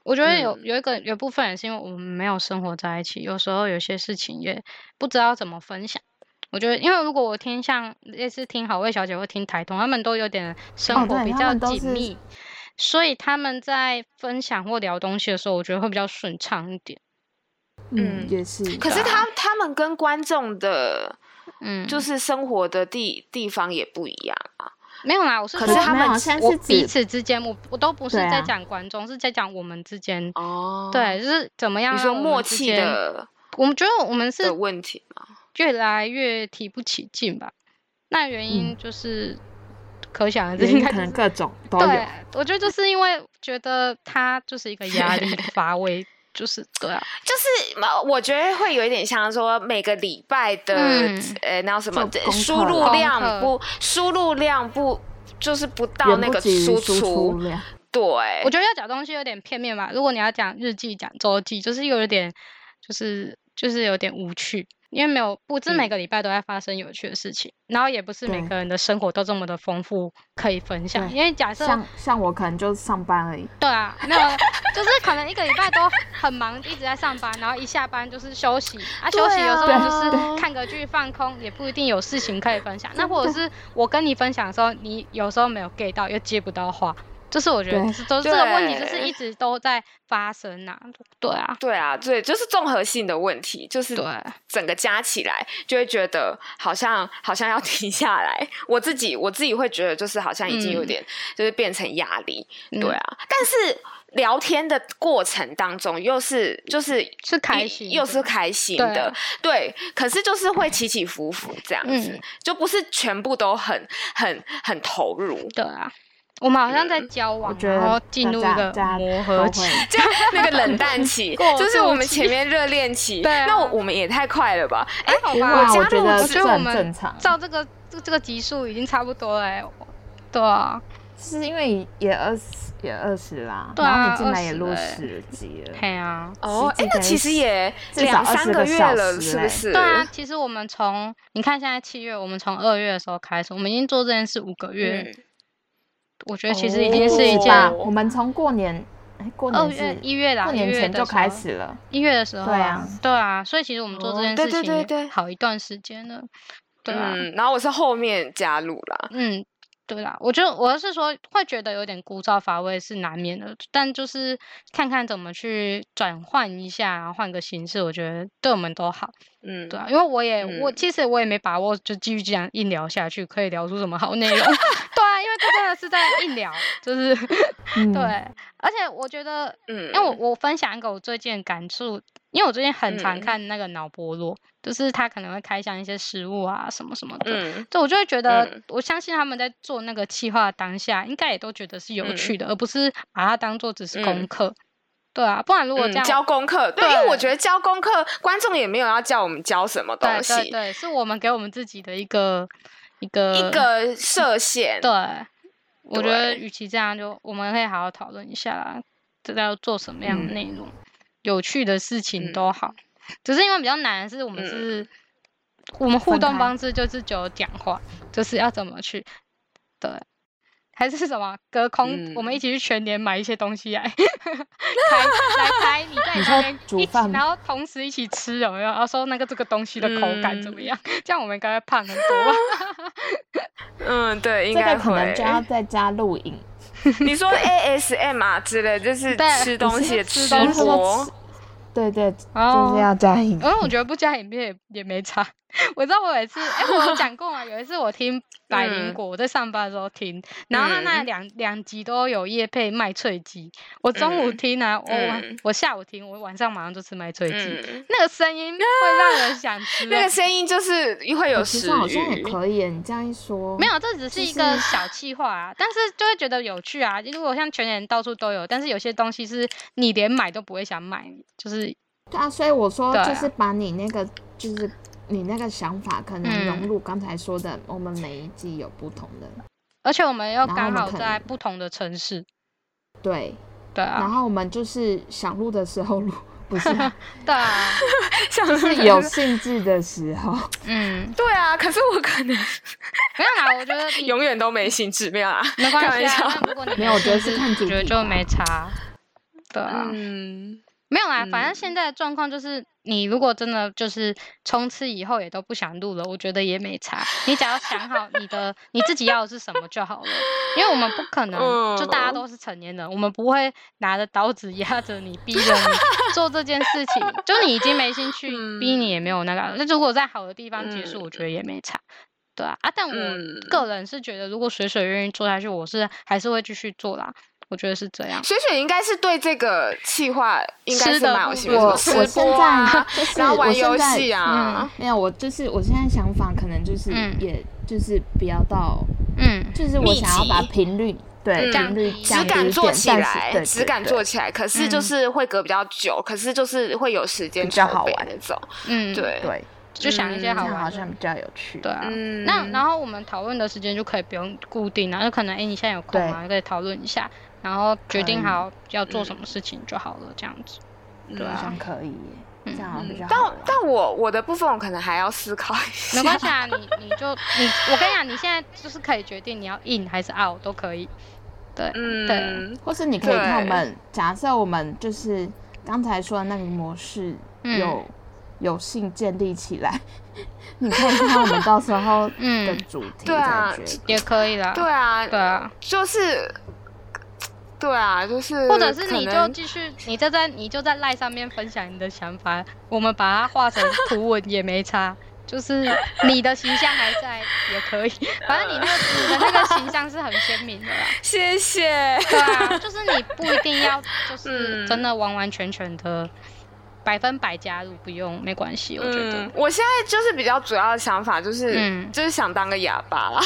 [SPEAKER 2] 我觉得有
[SPEAKER 3] 嗯
[SPEAKER 2] 有一个有部分也是因为我们没有生活在一起，有时候有些事情也不知道怎么分享。我觉得，因为如果我听像类似听好味小姐或听台通，他们都有点
[SPEAKER 4] 哦
[SPEAKER 2] 生活
[SPEAKER 4] 对
[SPEAKER 2] 比
[SPEAKER 4] 他
[SPEAKER 2] 较
[SPEAKER 4] 们都
[SPEAKER 2] 紧
[SPEAKER 4] 是
[SPEAKER 2] 密，所以他们在分享或聊东西的时候，我觉得会比较顺畅一点。
[SPEAKER 4] 嗯，
[SPEAKER 3] 嗯
[SPEAKER 4] 也是。
[SPEAKER 3] 可是
[SPEAKER 4] 对啊
[SPEAKER 3] 他他们跟观众的，
[SPEAKER 2] 嗯，
[SPEAKER 3] 就是生活的地地方也不一样啊。
[SPEAKER 2] 没有啦，我是
[SPEAKER 3] 可
[SPEAKER 2] 说
[SPEAKER 3] 是他
[SPEAKER 4] 没有
[SPEAKER 3] 们
[SPEAKER 4] 好像
[SPEAKER 2] 我
[SPEAKER 4] 是
[SPEAKER 2] 彼
[SPEAKER 4] 指
[SPEAKER 2] 此之间，我我都不是
[SPEAKER 4] 对
[SPEAKER 2] 在
[SPEAKER 4] 啊
[SPEAKER 2] 讲观众，是在讲我们之间，
[SPEAKER 3] 哦，，
[SPEAKER 2] 对，就是怎么样
[SPEAKER 3] 你
[SPEAKER 2] 让
[SPEAKER 3] 说
[SPEAKER 2] 我们
[SPEAKER 3] 默
[SPEAKER 2] 之
[SPEAKER 3] 契
[SPEAKER 2] 间，
[SPEAKER 3] 的
[SPEAKER 2] 我们觉得我们是
[SPEAKER 3] 的问题吗？
[SPEAKER 2] 越来越提不起劲吧。那原因就是可想而知，
[SPEAKER 4] 嗯原
[SPEAKER 2] 应
[SPEAKER 4] 因
[SPEAKER 2] 该
[SPEAKER 4] 可
[SPEAKER 2] 就
[SPEAKER 4] 能
[SPEAKER 2] 是
[SPEAKER 4] 各种都有
[SPEAKER 2] 对。，我觉得就是因为觉得他就是一个压 力乏味，就是对啊，
[SPEAKER 3] 就是嘛我觉得会有一点像说每个礼拜的
[SPEAKER 2] 嗯
[SPEAKER 3] 呃，然后什么
[SPEAKER 4] 做
[SPEAKER 3] 的
[SPEAKER 4] 功课
[SPEAKER 3] 输入
[SPEAKER 2] 啦
[SPEAKER 3] 量
[SPEAKER 2] 功
[SPEAKER 3] 不输入量不就是不到
[SPEAKER 4] 远
[SPEAKER 3] 那
[SPEAKER 4] 不
[SPEAKER 3] 个
[SPEAKER 4] 及于
[SPEAKER 3] 输
[SPEAKER 4] 出
[SPEAKER 3] 出，
[SPEAKER 4] 量，
[SPEAKER 3] 对，
[SPEAKER 4] 哎
[SPEAKER 2] 我觉得要讲东西有点片面吧。如果你要讲日记、讲周记，就是有一点，就是就是有点无趣，因为没有不是每个礼拜都在发生有趣的事情，然后也不是每
[SPEAKER 4] 嗯对
[SPEAKER 2] 个人的生活都这么的丰富可以分享。
[SPEAKER 4] 对
[SPEAKER 2] 因为假设
[SPEAKER 4] 像像我可能就上班而已，
[SPEAKER 2] 对啊， 没有，就是可能一个礼拜都很忙，一直在上班，然后一下班就是休息啊，休息有时候
[SPEAKER 4] 啊
[SPEAKER 2] 就是看个剧放空，也不一定有事情可以分享。那或者是我跟你分享的时候，你有时候没有 get 到，又接不到话，就是我觉得
[SPEAKER 4] 对
[SPEAKER 2] 是都是这个问题，就是一直都在发生呐、对啊，
[SPEAKER 3] 对啊，对，就是综合性的问题，就是
[SPEAKER 2] 对
[SPEAKER 3] 整个加起来就会觉得好像好像要停下来。我自己我自己会觉得就是好像已经有
[SPEAKER 2] 嗯
[SPEAKER 3] 点、就是变成压力，
[SPEAKER 2] 嗯
[SPEAKER 3] 对啊。但是聊天的过程当中又是就是
[SPEAKER 2] 是开
[SPEAKER 3] 一
[SPEAKER 2] 心
[SPEAKER 3] 又
[SPEAKER 2] 的
[SPEAKER 3] 是开心
[SPEAKER 2] 对啊
[SPEAKER 3] 的，对。可是就是会起起伏伏这样子，
[SPEAKER 2] 嗯
[SPEAKER 3] 就不是全部都很很很投 入。
[SPEAKER 2] 对啊，我们好像在交
[SPEAKER 4] 我
[SPEAKER 2] 往，
[SPEAKER 4] 觉得
[SPEAKER 2] 然后进入一
[SPEAKER 4] 大
[SPEAKER 2] 个
[SPEAKER 4] 家大家
[SPEAKER 2] 磨
[SPEAKER 4] 都
[SPEAKER 2] 合
[SPEAKER 4] 会
[SPEAKER 2] 期，
[SPEAKER 3] 就那个冷淡 期
[SPEAKER 2] 过，渡
[SPEAKER 3] 就是我们
[SPEAKER 2] 期
[SPEAKER 3] 前面热恋 期，
[SPEAKER 2] 对啊
[SPEAKER 3] 那我我们也太快了吧？哎、
[SPEAKER 2] 好
[SPEAKER 4] 不会
[SPEAKER 2] 吧
[SPEAKER 4] 啊，
[SPEAKER 3] 我
[SPEAKER 4] 我
[SPEAKER 3] 加
[SPEAKER 4] 觉
[SPEAKER 3] 入
[SPEAKER 4] 得
[SPEAKER 2] 我觉
[SPEAKER 4] 这
[SPEAKER 2] 得我
[SPEAKER 4] 很
[SPEAKER 2] 们
[SPEAKER 4] 正常。
[SPEAKER 2] 照这个这这个级数已经差不多了欸、对啊，
[SPEAKER 4] 是因为也二十也二十啦，
[SPEAKER 2] 对啊
[SPEAKER 4] 然后你进来也录
[SPEAKER 2] 20
[SPEAKER 4] 十集了，
[SPEAKER 2] 嘿啊，
[SPEAKER 3] 哦，
[SPEAKER 4] 实际，
[SPEAKER 3] 哎那
[SPEAKER 4] 可以
[SPEAKER 3] 其实也
[SPEAKER 4] 至少
[SPEAKER 3] 两三
[SPEAKER 4] 20
[SPEAKER 3] 个哎
[SPEAKER 4] 个
[SPEAKER 3] 月
[SPEAKER 4] 小
[SPEAKER 3] 了，
[SPEAKER 4] 时
[SPEAKER 3] 是不
[SPEAKER 4] 嘞
[SPEAKER 3] 是？
[SPEAKER 2] 对啊，，其实我们从你看现在七月，我们从二月的时候开始，我们已经做这件事五个月，
[SPEAKER 3] 嗯
[SPEAKER 2] 我觉得其实已经是一
[SPEAKER 4] 是
[SPEAKER 2] 件
[SPEAKER 4] 吧？
[SPEAKER 3] 哦
[SPEAKER 4] 我们从过年，哎，过
[SPEAKER 2] 二
[SPEAKER 4] 年
[SPEAKER 2] 月
[SPEAKER 4] 是
[SPEAKER 2] 一月啦，
[SPEAKER 4] 过
[SPEAKER 2] 一
[SPEAKER 4] 年
[SPEAKER 2] 月
[SPEAKER 4] 前
[SPEAKER 2] 的
[SPEAKER 4] 就
[SPEAKER 2] 时
[SPEAKER 4] 开
[SPEAKER 2] 候，
[SPEAKER 4] 始了，
[SPEAKER 2] 一月的时候，
[SPEAKER 4] 对啊，
[SPEAKER 2] 对啊，所以其实我们做这
[SPEAKER 3] 哦
[SPEAKER 2] 件
[SPEAKER 3] 对
[SPEAKER 2] 事
[SPEAKER 3] 对对
[SPEAKER 2] 情
[SPEAKER 3] 对
[SPEAKER 2] 好一段时间了，对啊，
[SPEAKER 3] 嗯，然后我是后面加入啦，
[SPEAKER 2] 嗯，对啦，我就我是说会觉得有点枯燥乏味是难免的，但就是看看怎么去转换一下，然后换个形式，我觉得对我们都好。
[SPEAKER 3] 嗯，
[SPEAKER 2] 对啊，因为我也、我
[SPEAKER 3] 嗯
[SPEAKER 2] 其实我也没把握，就继续这样硬聊下去，可以聊出什么好内 容。对啊，因为这真的是在硬聊，就是
[SPEAKER 4] 嗯
[SPEAKER 2] 对，而且我觉得，
[SPEAKER 3] 嗯，
[SPEAKER 2] 因为我我分享一个我最近的感触，因因为我最近很常
[SPEAKER 3] 嗯
[SPEAKER 2] 看那个脑波落，就是他可能会开箱一些食物啊什么什么的，
[SPEAKER 3] 嗯
[SPEAKER 2] 对，我就会觉得，
[SPEAKER 3] 嗯
[SPEAKER 2] 我相信他们在做那个企划当下，应该也都觉得是有
[SPEAKER 3] 嗯
[SPEAKER 2] 趣的，而不是把它当做只是功
[SPEAKER 3] 嗯
[SPEAKER 2] 课。对啊，不然如果
[SPEAKER 3] 嗯
[SPEAKER 2] 这样，
[SPEAKER 3] 交功课，对，因为
[SPEAKER 2] 对
[SPEAKER 3] 我觉得交功课，观众也没有要叫我们教什么东
[SPEAKER 2] 对对
[SPEAKER 3] 西，
[SPEAKER 2] 对，是我们给我们自己的一个一个
[SPEAKER 3] 一个设限，
[SPEAKER 2] 对。我觉得，
[SPEAKER 3] 对
[SPEAKER 2] 与其这样就，我们可以好好讨论一下啦，这要做什么样
[SPEAKER 4] 嗯
[SPEAKER 2] 的内容，有趣的事情都好。只是因为比较难的是，我们
[SPEAKER 3] 嗯
[SPEAKER 2] 是、我们互
[SPEAKER 4] 分
[SPEAKER 2] 动
[SPEAKER 4] 开
[SPEAKER 2] 方式就是只有讲话，就是要怎么去对，还是什么隔空、我
[SPEAKER 4] 嗯
[SPEAKER 2] 们一起去全年买一些东西来开来开，你在
[SPEAKER 4] 你
[SPEAKER 2] 那
[SPEAKER 4] 说
[SPEAKER 2] 边
[SPEAKER 4] 煮
[SPEAKER 2] 一起
[SPEAKER 4] 饭吗
[SPEAKER 2] 然后同时一起吃有没有？然后说那个这个东西的口感怎么
[SPEAKER 3] 嗯
[SPEAKER 2] 样？ 这样我们应该会胖 很多吧。
[SPEAKER 3] 嗯，对，应
[SPEAKER 4] 这
[SPEAKER 3] 该
[SPEAKER 4] 个可能
[SPEAKER 3] 会
[SPEAKER 4] 就。要在家录影，
[SPEAKER 3] 你说 ASM 啊之类，就是
[SPEAKER 2] 对
[SPEAKER 3] 吃东西的
[SPEAKER 2] 吃
[SPEAKER 3] 吃
[SPEAKER 2] 东
[SPEAKER 4] 然后
[SPEAKER 3] 播
[SPEAKER 4] 说 吃，对对，
[SPEAKER 2] 哦
[SPEAKER 4] 就是要加影。
[SPEAKER 2] 因为我觉得不加影片也也没差。 我知道我有一次，哎、我有讲过嘛，有一次 我听百灵
[SPEAKER 3] 嗯
[SPEAKER 2] 果，我在上班的时候听，然后他那
[SPEAKER 3] 嗯
[SPEAKER 2] 两两集都有叶配麦脆鸡，我中午
[SPEAKER 3] 嗯
[SPEAKER 2] 听啊，我晚、
[SPEAKER 3] 嗯
[SPEAKER 2] 我下午听，我晚上马上就吃麦脆鸡，
[SPEAKER 3] 嗯，
[SPEAKER 2] 那个声音会让人想 吃、
[SPEAKER 3] 那个声音就是会有
[SPEAKER 4] 我其
[SPEAKER 3] 食
[SPEAKER 4] 实好像也
[SPEAKER 3] 欲，
[SPEAKER 4] 可以耶，你这样一说，
[SPEAKER 2] 没有，这只是
[SPEAKER 4] 就
[SPEAKER 2] 一个
[SPEAKER 4] 是
[SPEAKER 2] 小气话啊，但是就会觉得有趣啊。如果像全年到处都有，但是有些东西是你连买都不会想买，就是
[SPEAKER 4] 对啊，所以我说
[SPEAKER 2] 对啊
[SPEAKER 4] 就是把你那个就是你那个想法，可能
[SPEAKER 2] 嗯
[SPEAKER 4] 融入刚才说的，我们每一季有不同的，
[SPEAKER 2] 而且我们又
[SPEAKER 4] 然后我
[SPEAKER 2] 刚
[SPEAKER 4] 们
[SPEAKER 2] 好
[SPEAKER 4] 可
[SPEAKER 2] 在
[SPEAKER 4] 能
[SPEAKER 2] 不同的城市，
[SPEAKER 4] 对，
[SPEAKER 2] 对
[SPEAKER 4] 然
[SPEAKER 2] 啊，
[SPEAKER 4] 后我们就是想录的时候录，不 是啊
[SPEAKER 2] 对啊，
[SPEAKER 3] 像
[SPEAKER 4] 是有兴致的时候，
[SPEAKER 2] 嗯。
[SPEAKER 3] 对啊，可是我可能
[SPEAKER 2] 没有啦，我觉得
[SPEAKER 3] 永远都没兴致，没有啊，
[SPEAKER 2] 没关系
[SPEAKER 3] 开玩
[SPEAKER 2] 啊
[SPEAKER 3] 笑。
[SPEAKER 2] 那如果你
[SPEAKER 4] 没有我觉得
[SPEAKER 2] 兴
[SPEAKER 4] 是
[SPEAKER 2] 致
[SPEAKER 4] 看主
[SPEAKER 2] 我觉得
[SPEAKER 4] 题
[SPEAKER 2] 就
[SPEAKER 4] 吧
[SPEAKER 2] 没差。对啊，
[SPEAKER 3] 嗯，
[SPEAKER 2] 没有啦，反正
[SPEAKER 3] 嗯
[SPEAKER 2] 现在的状况就是，你如果真的就是从此以后也都不想录了，我觉得也没差。你只要想好你的你自己要的是什么就好了，因为我们不可能就大家
[SPEAKER 3] 嗯
[SPEAKER 2] 都是成年人，我们不会拿着刀子压着你，逼着 你做这件事情。就你已经没兴趣，逼你也没有那
[SPEAKER 3] 嗯
[SPEAKER 2] 个。那如果在好的地方结束，我觉得也没差。对啊，啊，但我
[SPEAKER 3] 嗯
[SPEAKER 2] 个人是觉得，如果水水愿意做下去，我是还是会继续做啦。我觉得是这样。
[SPEAKER 3] 水水应该是对这个企划应该
[SPEAKER 2] 吃
[SPEAKER 3] 是
[SPEAKER 2] 的
[SPEAKER 3] 蛮有
[SPEAKER 2] 部
[SPEAKER 3] 兴
[SPEAKER 2] 分
[SPEAKER 3] 趣，
[SPEAKER 4] 我
[SPEAKER 3] 什
[SPEAKER 4] 我
[SPEAKER 3] 么吃
[SPEAKER 4] 现
[SPEAKER 3] 播
[SPEAKER 4] 在
[SPEAKER 3] 啊，
[SPEAKER 4] 就是
[SPEAKER 3] 然后玩
[SPEAKER 4] 我现
[SPEAKER 3] 游
[SPEAKER 4] 在
[SPEAKER 3] 戏啊，
[SPEAKER 4] 没有，我就是我现在想法可能就是
[SPEAKER 2] 嗯
[SPEAKER 4] 也就是不要到，
[SPEAKER 2] 嗯，
[SPEAKER 4] 就是我
[SPEAKER 3] 密
[SPEAKER 4] 想要
[SPEAKER 3] 集
[SPEAKER 4] 把频率对
[SPEAKER 3] 嗯
[SPEAKER 4] 频率
[SPEAKER 2] 只
[SPEAKER 4] 降低一
[SPEAKER 3] 只敢
[SPEAKER 4] 点，
[SPEAKER 3] 做起
[SPEAKER 4] 但是
[SPEAKER 3] 来，
[SPEAKER 4] 对
[SPEAKER 3] 只
[SPEAKER 4] 对
[SPEAKER 3] 敢
[SPEAKER 4] 对
[SPEAKER 3] 做起来，可是
[SPEAKER 2] 嗯
[SPEAKER 3] 就是会隔比较久，可是就是会有时间
[SPEAKER 4] 比较
[SPEAKER 3] 筹
[SPEAKER 4] 好
[SPEAKER 3] 备
[SPEAKER 4] 玩
[SPEAKER 3] 那种，
[SPEAKER 2] 嗯，，
[SPEAKER 3] 对，
[SPEAKER 4] 对，啊
[SPEAKER 2] 就想一些
[SPEAKER 3] 嗯
[SPEAKER 2] 好
[SPEAKER 4] 这
[SPEAKER 2] 玩
[SPEAKER 4] 样
[SPEAKER 2] 的。
[SPEAKER 4] 好像比较有趣，
[SPEAKER 2] 对啊。
[SPEAKER 3] 嗯
[SPEAKER 2] 那然后我们讨论的时间就可以不用固定了，就可能哎、诶你现在有空吗？可以讨论一下，然后决定
[SPEAKER 4] 可以
[SPEAKER 2] 好要做什么事情就好了，这样子。对
[SPEAKER 4] 好
[SPEAKER 2] 啊
[SPEAKER 4] 像可以耶，这样好像嗯比较
[SPEAKER 3] 但
[SPEAKER 4] 好玩。
[SPEAKER 3] 但我我的部分我可能还要思考一下，
[SPEAKER 2] 没关系啊，你你就你，我跟你讲，你现在就是可以决定你要 in 还是 out 都可以。对，对
[SPEAKER 3] 嗯，
[SPEAKER 4] 或是你可以看我
[SPEAKER 3] 对
[SPEAKER 4] 们，假设我们就是刚才说的那个模式
[SPEAKER 2] 嗯
[SPEAKER 4] 有、有幸建立起来， 你看看我们到时候的
[SPEAKER 2] 嗯
[SPEAKER 4] 主题
[SPEAKER 3] 对啊
[SPEAKER 4] 再决定。
[SPEAKER 2] 也可以啦。
[SPEAKER 3] 对啊，
[SPEAKER 2] 对啊，
[SPEAKER 3] 就是，对啊，就是，
[SPEAKER 2] 或者是你就继续，你就在你就在赖上面分享你的想法，我们把它画成图文也没差，就是你的形象还在也可以，反正你那个你的那个形象是很鲜明的啦。
[SPEAKER 3] 谢谢，
[SPEAKER 2] 对啊，就是你不一定要就是
[SPEAKER 3] 嗯
[SPEAKER 2] 真的完完全全的百分百加入，不用没关系，我觉得
[SPEAKER 3] 嗯，我现在就是比较主要的想法就是，
[SPEAKER 2] 嗯
[SPEAKER 3] 就是想当个哑巴啦。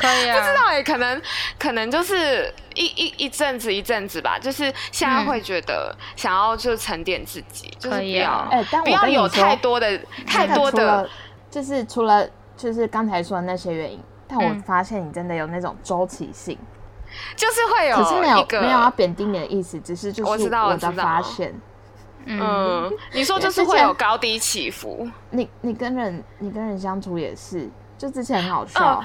[SPEAKER 2] 可以
[SPEAKER 3] 不知
[SPEAKER 2] 啊。
[SPEAKER 3] 道哎、可能可能就是一一一阵子一阵子吧，就是现在
[SPEAKER 2] 嗯
[SPEAKER 3] 会觉得想要就沉淀自己，就是
[SPEAKER 2] 可
[SPEAKER 3] 不
[SPEAKER 2] 以
[SPEAKER 3] 要、
[SPEAKER 2] 啊
[SPEAKER 4] 哎、但
[SPEAKER 3] 嗯不
[SPEAKER 4] 我
[SPEAKER 3] 要
[SPEAKER 4] 跟你
[SPEAKER 3] 有
[SPEAKER 4] 说，
[SPEAKER 3] 太多的太
[SPEAKER 4] 这个
[SPEAKER 3] 多
[SPEAKER 4] 除
[SPEAKER 3] 的
[SPEAKER 4] 了，就是除了就是刚才说的那些原因，但我
[SPEAKER 2] 嗯
[SPEAKER 4] 发现你真的有那种周期性，
[SPEAKER 3] 就是会有
[SPEAKER 4] 可是没
[SPEAKER 3] 一
[SPEAKER 4] 有
[SPEAKER 3] 个
[SPEAKER 4] 没有啊要贬低你的意思，只是就
[SPEAKER 3] 我知
[SPEAKER 4] 是
[SPEAKER 3] 道我
[SPEAKER 4] 的
[SPEAKER 3] 知道
[SPEAKER 4] 发现，
[SPEAKER 2] 嗯，
[SPEAKER 3] 嗯，你说就是
[SPEAKER 4] 之
[SPEAKER 3] 会
[SPEAKER 4] 前
[SPEAKER 3] 有高低起伏，
[SPEAKER 4] 你你跟人你跟人相处也是，就之前很好
[SPEAKER 3] 嗯
[SPEAKER 4] 笑，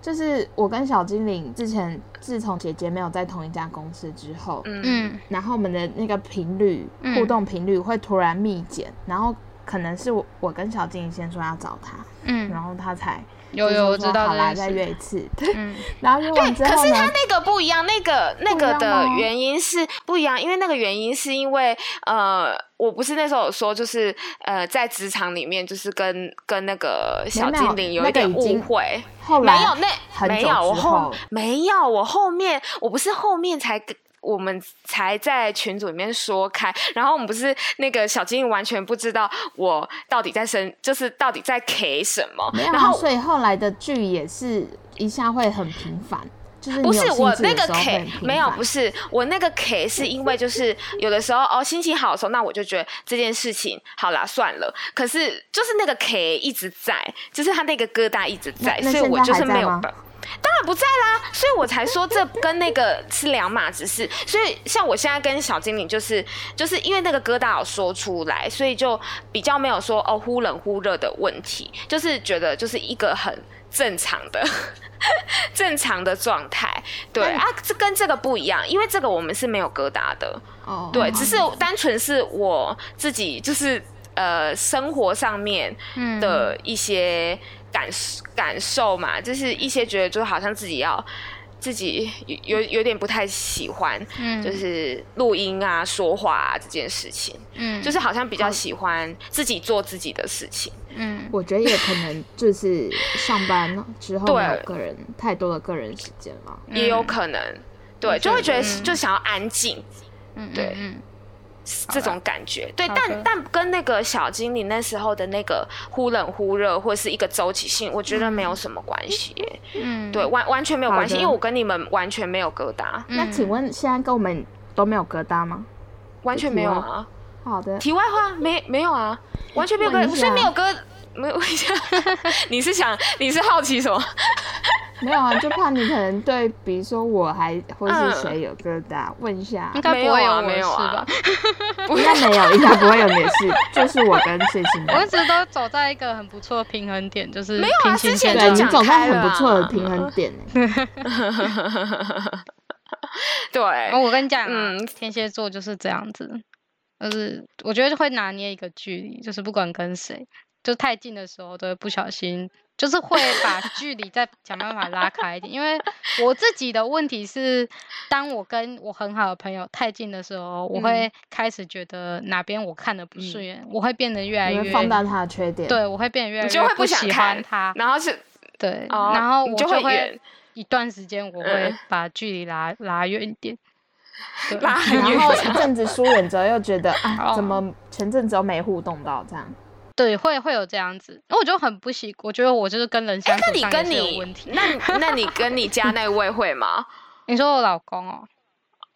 [SPEAKER 4] 就是我跟小精灵之前，自从姐姐没有在同一家公司之后，
[SPEAKER 3] 嗯
[SPEAKER 2] 嗯
[SPEAKER 4] 然后我们的那个频率
[SPEAKER 2] 嗯
[SPEAKER 4] 互动频率会突然密减，然后可能是我我跟小精灵先说要找他，
[SPEAKER 2] 嗯，
[SPEAKER 4] 然后他才
[SPEAKER 2] 有
[SPEAKER 4] 就是
[SPEAKER 2] 有我
[SPEAKER 4] 说
[SPEAKER 2] 知道
[SPEAKER 4] 好啦，
[SPEAKER 2] 这
[SPEAKER 4] 再
[SPEAKER 2] 件事。
[SPEAKER 4] 约一次，对，
[SPEAKER 2] 嗯
[SPEAKER 4] 然后约
[SPEAKER 3] 对，哎
[SPEAKER 4] 完之
[SPEAKER 3] 可
[SPEAKER 4] 后
[SPEAKER 3] 是他
[SPEAKER 4] 呢，
[SPEAKER 3] 那个不一样，那个那
[SPEAKER 4] 不一
[SPEAKER 3] 个
[SPEAKER 4] 样
[SPEAKER 3] 的
[SPEAKER 4] 吗
[SPEAKER 3] 原因是不一样，因为那个原因是因为呃，我不是那时候有说，就是呃，在职场里面，就是跟跟那个小
[SPEAKER 4] 没有
[SPEAKER 3] 精灵有一
[SPEAKER 4] 那个
[SPEAKER 3] 点
[SPEAKER 4] 已
[SPEAKER 3] 误
[SPEAKER 4] 经
[SPEAKER 3] 会，
[SPEAKER 4] 后来
[SPEAKER 3] 没有那
[SPEAKER 4] 很
[SPEAKER 3] 没
[SPEAKER 4] 久
[SPEAKER 3] 有我
[SPEAKER 4] 之
[SPEAKER 3] 后
[SPEAKER 4] 后
[SPEAKER 3] 没有我后面我不是后面才跟我们才在群组里面说开，然后我们不是那个小精灵完全不知道我到底在生，就是到底在 K 什么，
[SPEAKER 4] 没有
[SPEAKER 3] 然
[SPEAKER 4] 啊，
[SPEAKER 3] 后
[SPEAKER 4] 所以后来的剧也是一下会很频繁，就是你
[SPEAKER 3] 不
[SPEAKER 4] 有
[SPEAKER 3] 是
[SPEAKER 4] 兴
[SPEAKER 3] 我
[SPEAKER 4] 致
[SPEAKER 3] 那
[SPEAKER 4] 的
[SPEAKER 3] 个
[SPEAKER 4] 时候会
[SPEAKER 3] K
[SPEAKER 4] 很频
[SPEAKER 3] 没有，
[SPEAKER 4] 繁哦
[SPEAKER 3] 不是我那个 K 是因为就是有的时候哦心情好的时候，那我就觉得这件事情好啦算了。可是就是那个 K 一直在，就是他那个疙瘩一直在，
[SPEAKER 4] 那那
[SPEAKER 3] 所以我
[SPEAKER 4] 现在
[SPEAKER 3] 就是
[SPEAKER 4] 还在
[SPEAKER 3] 没有
[SPEAKER 4] 吗
[SPEAKER 3] 办。当然不在啦，所以我才说这跟那个是两码子事。所以像我现在跟小精灵就是就是因为那个疙瘩有说出来，所以就比较没有说哦忽冷忽热的问题，就是觉得就是一个很正常的 正常的状态。对
[SPEAKER 2] 嗯
[SPEAKER 3] 啊，这跟这个不一样，因为这个我们是没有疙瘩的。
[SPEAKER 4] 哦，
[SPEAKER 3] 对，
[SPEAKER 4] 好
[SPEAKER 3] 只是单纯是我自己就是呃生活上面
[SPEAKER 2] 嗯
[SPEAKER 3] 的一些感、感受嘛，就是一些觉得就好像自己要自己有有有点不太喜欢，
[SPEAKER 2] 嗯
[SPEAKER 3] 就是录音啊、说话啊这件事情，
[SPEAKER 2] 嗯
[SPEAKER 3] 就是好像比较喜欢自己做自己的事情。
[SPEAKER 2] 嗯
[SPEAKER 4] 我觉得也可能就是上班之后
[SPEAKER 3] 对
[SPEAKER 4] 没有个人太多的个人时间了。
[SPEAKER 3] 也有可能，对，就会觉得
[SPEAKER 2] 嗯
[SPEAKER 3] 就想要安静
[SPEAKER 2] 嗯
[SPEAKER 3] 对
[SPEAKER 2] 嗯
[SPEAKER 3] 这种感觉。对，
[SPEAKER 2] 好
[SPEAKER 3] 但
[SPEAKER 2] 的
[SPEAKER 3] 但跟那个小精灵那时候的那个忽冷忽热或是一个周期性，我觉得没有什么关系耶、
[SPEAKER 2] 嗯
[SPEAKER 3] 对，完完全没有关系，
[SPEAKER 4] 好的
[SPEAKER 3] 因为我跟你们完全没有疙瘩，
[SPEAKER 2] 嗯
[SPEAKER 4] 那请问现在跟我们都没有疙瘩吗？
[SPEAKER 3] 完全没有啊。
[SPEAKER 4] 好的，
[SPEAKER 3] 题外话，没没有啊，
[SPEAKER 2] 哎
[SPEAKER 3] 完全没有疙
[SPEAKER 4] 问一
[SPEAKER 3] 瘩，
[SPEAKER 4] 下
[SPEAKER 3] 所以没有
[SPEAKER 2] 啊
[SPEAKER 3] 疙。没有， 问一下，你是想你是好奇什么？
[SPEAKER 4] 没有啊，就怕你可能对，比如说我还或是谁有疙瘩，问一下
[SPEAKER 3] 嗯
[SPEAKER 2] 应。该不会我的
[SPEAKER 3] 没有
[SPEAKER 2] 事
[SPEAKER 3] 啊
[SPEAKER 2] 吧？
[SPEAKER 4] 应该没有，应该不会有你的事，就是我跟谢欣
[SPEAKER 2] 我一
[SPEAKER 4] 然。
[SPEAKER 2] 直都走在一个很不错的平衡点，就是
[SPEAKER 3] 没有啊
[SPEAKER 2] 平行
[SPEAKER 3] 之
[SPEAKER 2] 线
[SPEAKER 3] 前
[SPEAKER 4] 对
[SPEAKER 2] 上
[SPEAKER 3] 就
[SPEAKER 4] 你
[SPEAKER 3] 讲
[SPEAKER 4] 走在
[SPEAKER 3] 开
[SPEAKER 4] 很
[SPEAKER 3] 了
[SPEAKER 4] 不错的
[SPEAKER 3] 啊
[SPEAKER 4] 平衡点欸、
[SPEAKER 3] 对，
[SPEAKER 2] 哦，我跟你讲、啊，
[SPEAKER 3] 嗯
[SPEAKER 2] 天蝎座就是这样子，就是我觉得会拿捏一个距离，就是不管跟谁，就太近的时候都会不小心，就是会把距离再想办法拉开一点。因为我自己的问题是，当我跟我很好的朋友太近的时候，我
[SPEAKER 3] 嗯
[SPEAKER 2] 会开始觉得哪边我看的不顺眼，我会变得越来
[SPEAKER 4] 你
[SPEAKER 2] 越
[SPEAKER 4] 会放大他的缺点。，
[SPEAKER 2] 对，我会变得越来
[SPEAKER 3] 你
[SPEAKER 2] 越
[SPEAKER 3] 就会不想
[SPEAKER 2] 喜欢
[SPEAKER 3] 看
[SPEAKER 2] 他，
[SPEAKER 3] 然后是
[SPEAKER 2] 对，
[SPEAKER 3] 哦
[SPEAKER 2] 然后
[SPEAKER 3] 你
[SPEAKER 2] 我
[SPEAKER 3] 就会
[SPEAKER 2] 会
[SPEAKER 3] 远
[SPEAKER 2] 一段时间，我会
[SPEAKER 3] 嗯
[SPEAKER 2] 把距离拉拉远一点。对
[SPEAKER 3] 拉 很
[SPEAKER 4] 然
[SPEAKER 3] 远，
[SPEAKER 4] 后一 阵子疏远之后，又觉得
[SPEAKER 2] 哦
[SPEAKER 4] 啊，怎么前阵子都没互动到这样？
[SPEAKER 2] 对，会会有这样子，那我就很不习，我觉得我就是跟人相处
[SPEAKER 3] 那你
[SPEAKER 2] 上也
[SPEAKER 3] 跟
[SPEAKER 2] 是有
[SPEAKER 3] 你
[SPEAKER 2] 问题。
[SPEAKER 3] 那你那你跟你家那位会 吗？
[SPEAKER 2] 你说我老公哦，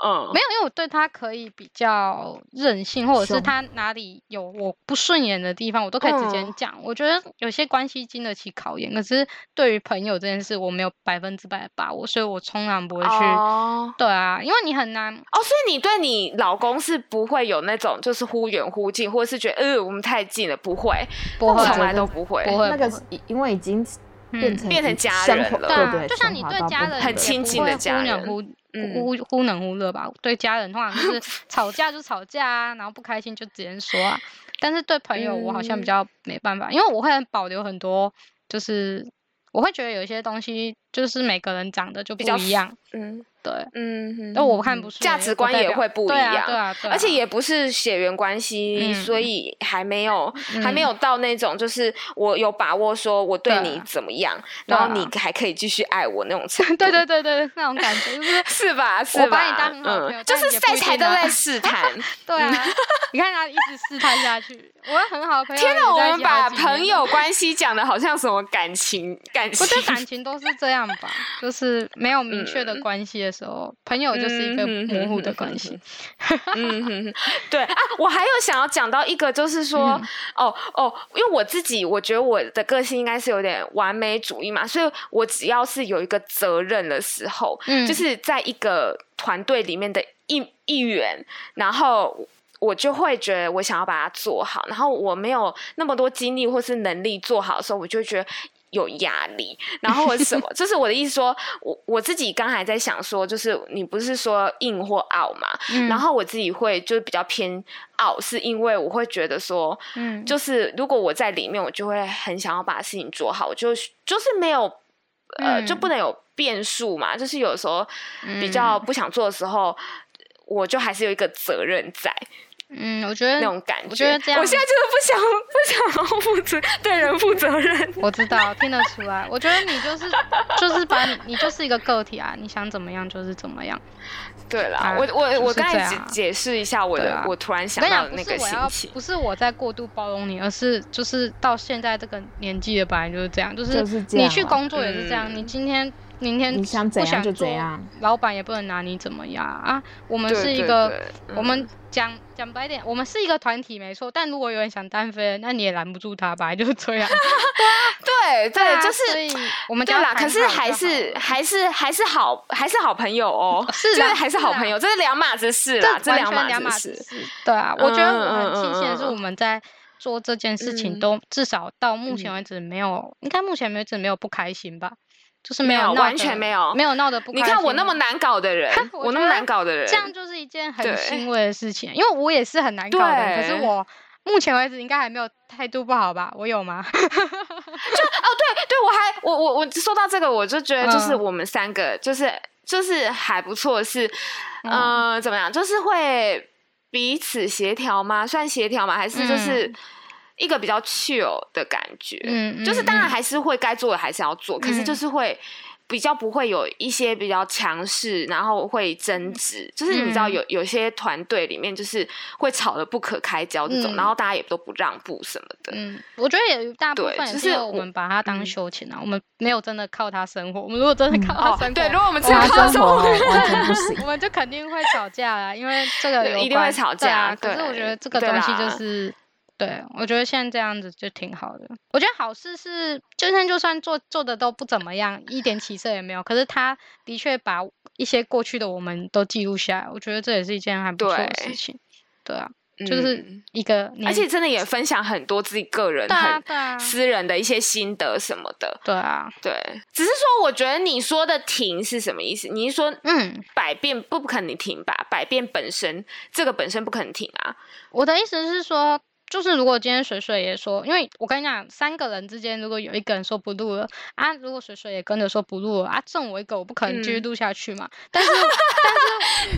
[SPEAKER 3] 嗯
[SPEAKER 2] 没，有，因为我对他可以比较任性，或者是
[SPEAKER 4] 凶
[SPEAKER 2] 他哪里有我不顺眼的地方，我都可以直接
[SPEAKER 3] 嗯
[SPEAKER 2] 讲。我觉得有些关系经得起考验，可是对于朋友这件事，我没有百分之百的把握，所以我通常不会去。
[SPEAKER 3] 哦
[SPEAKER 2] 对啊，因为你很难，
[SPEAKER 3] 哦，所以你对你老公是不会有那种就是忽远忽近，或者是觉得呃我们太近了，不会，
[SPEAKER 2] 不会
[SPEAKER 4] 我觉
[SPEAKER 3] 从
[SPEAKER 4] 得
[SPEAKER 3] 来都不会，
[SPEAKER 2] 不会
[SPEAKER 4] 那个是因为已经变
[SPEAKER 2] 嗯
[SPEAKER 4] 成
[SPEAKER 3] 变成家
[SPEAKER 4] 生
[SPEAKER 3] 人
[SPEAKER 4] 活
[SPEAKER 3] 了
[SPEAKER 2] 对
[SPEAKER 4] 对
[SPEAKER 2] 啊，
[SPEAKER 4] 对，
[SPEAKER 2] 就像你
[SPEAKER 4] 升华
[SPEAKER 2] 对
[SPEAKER 4] 到
[SPEAKER 2] 家
[SPEAKER 4] 变
[SPEAKER 2] 人
[SPEAKER 4] 成
[SPEAKER 3] 很 亲近的
[SPEAKER 2] 也不会
[SPEAKER 3] 家人
[SPEAKER 2] 忽
[SPEAKER 3] 嗯
[SPEAKER 2] 冷忽忽忽冷忽热吧。对家人通常就是 吵架就吵架啊，然后不开心就直接说啊。但是对朋友，我好像比
[SPEAKER 3] 嗯
[SPEAKER 2] 较没办法，因为我会很保留很多，就是我会觉得有一些东西就是每个人长得就不
[SPEAKER 3] 比较
[SPEAKER 2] 一样，
[SPEAKER 3] 嗯
[SPEAKER 2] 对，
[SPEAKER 3] 嗯，
[SPEAKER 2] 那我看
[SPEAKER 3] 嗯
[SPEAKER 2] 不顺
[SPEAKER 3] 价
[SPEAKER 2] 眼
[SPEAKER 3] 值
[SPEAKER 2] 又不
[SPEAKER 3] 观
[SPEAKER 2] 代
[SPEAKER 3] 也
[SPEAKER 2] 表
[SPEAKER 3] 会不一
[SPEAKER 2] 对啊
[SPEAKER 3] 样
[SPEAKER 2] 对啊，对啊
[SPEAKER 3] 而且也不是血缘关系，
[SPEAKER 2] 嗯
[SPEAKER 3] 所以还没有、还没
[SPEAKER 2] 嗯
[SPEAKER 3] 有到那种就是我有把握说我对
[SPEAKER 2] 对
[SPEAKER 3] 你
[SPEAKER 2] 啊
[SPEAKER 3] 怎么样，
[SPEAKER 2] 对
[SPEAKER 3] 然
[SPEAKER 2] 啊
[SPEAKER 3] 后你还可以继续爱我那种程度。
[SPEAKER 2] 对对对对，那种感觉就是
[SPEAKER 3] 是吧？是吧？
[SPEAKER 2] 我把你当很好的朋友
[SPEAKER 3] 嗯、就
[SPEAKER 2] 但
[SPEAKER 3] 是
[SPEAKER 2] 也不
[SPEAKER 3] 在
[SPEAKER 2] 一
[SPEAKER 3] 台
[SPEAKER 2] 定
[SPEAKER 3] 都
[SPEAKER 2] 啊
[SPEAKER 3] 在试探。
[SPEAKER 2] 对 啊，你看他一直试探下去，我很好的朋友
[SPEAKER 3] 天
[SPEAKER 2] 也
[SPEAKER 3] 哪，我
[SPEAKER 2] 在一
[SPEAKER 3] 们
[SPEAKER 2] 起好
[SPEAKER 3] 把
[SPEAKER 2] 几年
[SPEAKER 3] 朋
[SPEAKER 2] 了
[SPEAKER 3] 友关系讲的好像什么感情感
[SPEAKER 2] 我
[SPEAKER 3] 情
[SPEAKER 2] 觉得 感情都是这样吧，就是没有明确的
[SPEAKER 3] 嗯
[SPEAKER 2] 关系的时候，朋友就是一个
[SPEAKER 3] 嗯哼
[SPEAKER 2] 模糊
[SPEAKER 3] 哼
[SPEAKER 2] 的
[SPEAKER 3] 哼
[SPEAKER 2] 关系。
[SPEAKER 3] 嗯哼哼，对啊，我还有想要讲到一个，就是说，哦哦，因为我自己我觉得我的个性应该是有点完美主义嘛，所以我只要是有一个责任的时候，
[SPEAKER 2] 嗯
[SPEAKER 3] 就是在一个团队里面的一一员，然后。我就会觉得我想要把它做好，然后我没有那么多精力或是能力做好的时候，我就觉得有压力。然后我什么， 就是我的意思说，我我自己刚才在想说，就是你不是说硬或傲嘛，
[SPEAKER 2] 嗯
[SPEAKER 3] 然后我自己会就是比较偏傲，是因为我会觉得说，
[SPEAKER 2] 嗯，
[SPEAKER 3] 就是如果我在里面，我就会很想要把事情做好，我就就是没有呃，就
[SPEAKER 2] 嗯嗯
[SPEAKER 3] 不能有变数嘛。就是有时候比较不想做的时候，我就还是有一个责任在。
[SPEAKER 2] 嗯，我觉得
[SPEAKER 3] 那种感觉。
[SPEAKER 2] 我觉得这样
[SPEAKER 3] 我现在就是不想不想要负责对人负责 任。
[SPEAKER 2] 我知道，听得出来。我觉得你就是就是把你你就是一个个体啊，你想怎么样就是怎么样。
[SPEAKER 3] 对啦，
[SPEAKER 2] 啊
[SPEAKER 3] 我我我
[SPEAKER 2] 就是
[SPEAKER 3] 刚才
[SPEAKER 2] 这
[SPEAKER 3] 解
[SPEAKER 2] 样啊
[SPEAKER 3] 解释一下我
[SPEAKER 2] 对
[SPEAKER 3] 的，
[SPEAKER 2] 啊
[SPEAKER 3] 我突然
[SPEAKER 2] 我
[SPEAKER 3] 想
[SPEAKER 2] 跟你
[SPEAKER 3] 到
[SPEAKER 2] 讲，
[SPEAKER 3] 的
[SPEAKER 2] 不
[SPEAKER 3] 那
[SPEAKER 2] 是
[SPEAKER 3] 个
[SPEAKER 2] 我
[SPEAKER 3] 心
[SPEAKER 2] 要
[SPEAKER 3] 情，。
[SPEAKER 2] 不是我在过度包容你，而是就是到现在这个年纪了，本来就是这样，就
[SPEAKER 4] 就是是这
[SPEAKER 2] 你
[SPEAKER 4] 样
[SPEAKER 2] 去
[SPEAKER 4] 啊
[SPEAKER 2] 工作也是这样，
[SPEAKER 3] 嗯
[SPEAKER 2] 你今天。明天
[SPEAKER 4] 你想
[SPEAKER 2] 不
[SPEAKER 4] 怎样就
[SPEAKER 2] 做
[SPEAKER 4] 怎样，
[SPEAKER 2] 老板也不能拿你怎么样啊！啊我们
[SPEAKER 3] 对
[SPEAKER 2] 是一
[SPEAKER 3] 对嗯
[SPEAKER 2] 个
[SPEAKER 3] 对
[SPEAKER 2] 我们讲讲白点，我们是一个团体没错，但如果有人想单飞，那你也拦不住他吧，就是这样。 啊
[SPEAKER 3] 对对，就
[SPEAKER 2] 所以
[SPEAKER 3] 是
[SPEAKER 2] 我们就
[SPEAKER 3] 对
[SPEAKER 2] 要
[SPEAKER 3] 啦。
[SPEAKER 2] 谈
[SPEAKER 3] 可是
[SPEAKER 2] 好就
[SPEAKER 3] 还
[SPEAKER 2] 好
[SPEAKER 3] 是
[SPEAKER 2] 了
[SPEAKER 3] 还是还是好还是好朋友哦，
[SPEAKER 2] 是
[SPEAKER 3] 就是
[SPEAKER 2] 啦
[SPEAKER 3] 还是
[SPEAKER 2] 是
[SPEAKER 3] 好
[SPEAKER 2] 啦
[SPEAKER 3] 朋友，这是两码子事啦，这
[SPEAKER 2] 完
[SPEAKER 3] 两
[SPEAKER 2] 全
[SPEAKER 3] 码
[SPEAKER 2] 两码
[SPEAKER 3] 事。
[SPEAKER 2] 事。对啊，我觉得我
[SPEAKER 3] 嗯
[SPEAKER 2] 很
[SPEAKER 3] 嗯
[SPEAKER 2] 庆幸的是，
[SPEAKER 3] 嗯嗯
[SPEAKER 2] 我们在做这件事
[SPEAKER 3] 嗯
[SPEAKER 2] 情都至少到目前为止没有，应该目前为止没有不开心吧，就是没有闹得
[SPEAKER 3] 完全没有
[SPEAKER 2] 没有闹得不开
[SPEAKER 3] 你
[SPEAKER 2] 心。，
[SPEAKER 3] 看我那么。难搞的人我
[SPEAKER 2] 我
[SPEAKER 3] 那
[SPEAKER 2] 觉
[SPEAKER 3] 么
[SPEAKER 2] 得
[SPEAKER 3] 难搞的人，
[SPEAKER 2] 这样就是一件
[SPEAKER 3] 对
[SPEAKER 2] 很欣慰的事情，因为我也是很难搞的人，可是
[SPEAKER 3] 对
[SPEAKER 2] 我目前为止应该还没有态度不好吧？我有吗？
[SPEAKER 3] 哦，对对，我还我我我说到这个，我就觉得就是
[SPEAKER 2] 嗯
[SPEAKER 3] 我们三个就是、就是还不错是，
[SPEAKER 2] 嗯
[SPEAKER 3] 呃，怎么样，就是会彼此协调吗？算协调吗？还是就是
[SPEAKER 2] 嗯
[SPEAKER 3] 一个比较 chill 的感觉？
[SPEAKER 2] 嗯
[SPEAKER 3] 就是
[SPEAKER 2] 嗯
[SPEAKER 3] 当然
[SPEAKER 2] 嗯
[SPEAKER 3] 还是会该做的还是要做，可是就
[SPEAKER 2] 嗯
[SPEAKER 3] 是会。比较不会有一些比较强势，然后会争执，就是你知道
[SPEAKER 2] 嗯
[SPEAKER 3] 有有些团队里面就是会吵得不可开交这种，
[SPEAKER 2] 嗯
[SPEAKER 3] 然后大家也都不让步什么的。
[SPEAKER 2] 嗯，我觉得也大部
[SPEAKER 3] 对
[SPEAKER 2] 分也
[SPEAKER 3] 就是
[SPEAKER 2] 因为
[SPEAKER 3] 是
[SPEAKER 2] 我
[SPEAKER 3] 我
[SPEAKER 2] 们把它
[SPEAKER 3] 嗯
[SPEAKER 2] 当休闲啊，我们没有真的靠它生活。我们如果真的靠它
[SPEAKER 3] 哦，
[SPEAKER 2] 生活，
[SPEAKER 3] 对，如果我们
[SPEAKER 2] 我
[SPEAKER 3] 只有
[SPEAKER 2] 还
[SPEAKER 3] 靠
[SPEAKER 4] 生
[SPEAKER 3] 生
[SPEAKER 4] 活
[SPEAKER 3] 活
[SPEAKER 4] 完全不行。
[SPEAKER 2] 我们就肯定会吵架啦，因为这个
[SPEAKER 3] 对
[SPEAKER 2] 有
[SPEAKER 3] 一定会
[SPEAKER 2] 关
[SPEAKER 3] 吵
[SPEAKER 2] 对啊
[SPEAKER 3] 架
[SPEAKER 2] 可是我
[SPEAKER 3] 对
[SPEAKER 2] 觉得这个
[SPEAKER 3] 对
[SPEAKER 2] 东
[SPEAKER 3] 啊
[SPEAKER 2] 西就
[SPEAKER 3] 啦
[SPEAKER 2] 是，对我觉得现在这样子就挺好的。我觉得好事是，就算就算做做的都不怎么样，一点起色也没有，可是他的确把一些过去的我们都记录下来，我觉得这也是一件还不错的
[SPEAKER 3] 对
[SPEAKER 2] 事情。对啊，就是
[SPEAKER 3] 嗯
[SPEAKER 2] 一个
[SPEAKER 3] 而
[SPEAKER 2] 年
[SPEAKER 3] 且真的也分享很多自己个人
[SPEAKER 2] 对啊
[SPEAKER 3] 很
[SPEAKER 2] 对啊
[SPEAKER 3] 私人的一些心得什么的。
[SPEAKER 2] 对啊，
[SPEAKER 3] 对，只是说我觉得你说的停是什么意思？你是说
[SPEAKER 2] 嗯，
[SPEAKER 3] 百变不不可能停吧？百变本身这个本身不可能停啊。
[SPEAKER 2] 我的意思是说，就是如果今天水水也说，因为我跟你讲，三个人之间如果有一个人说不录了啊，如果水水也跟着说不录了啊，剩我一个，我不可能继续
[SPEAKER 3] 嗯
[SPEAKER 2] 录下去嘛。但是，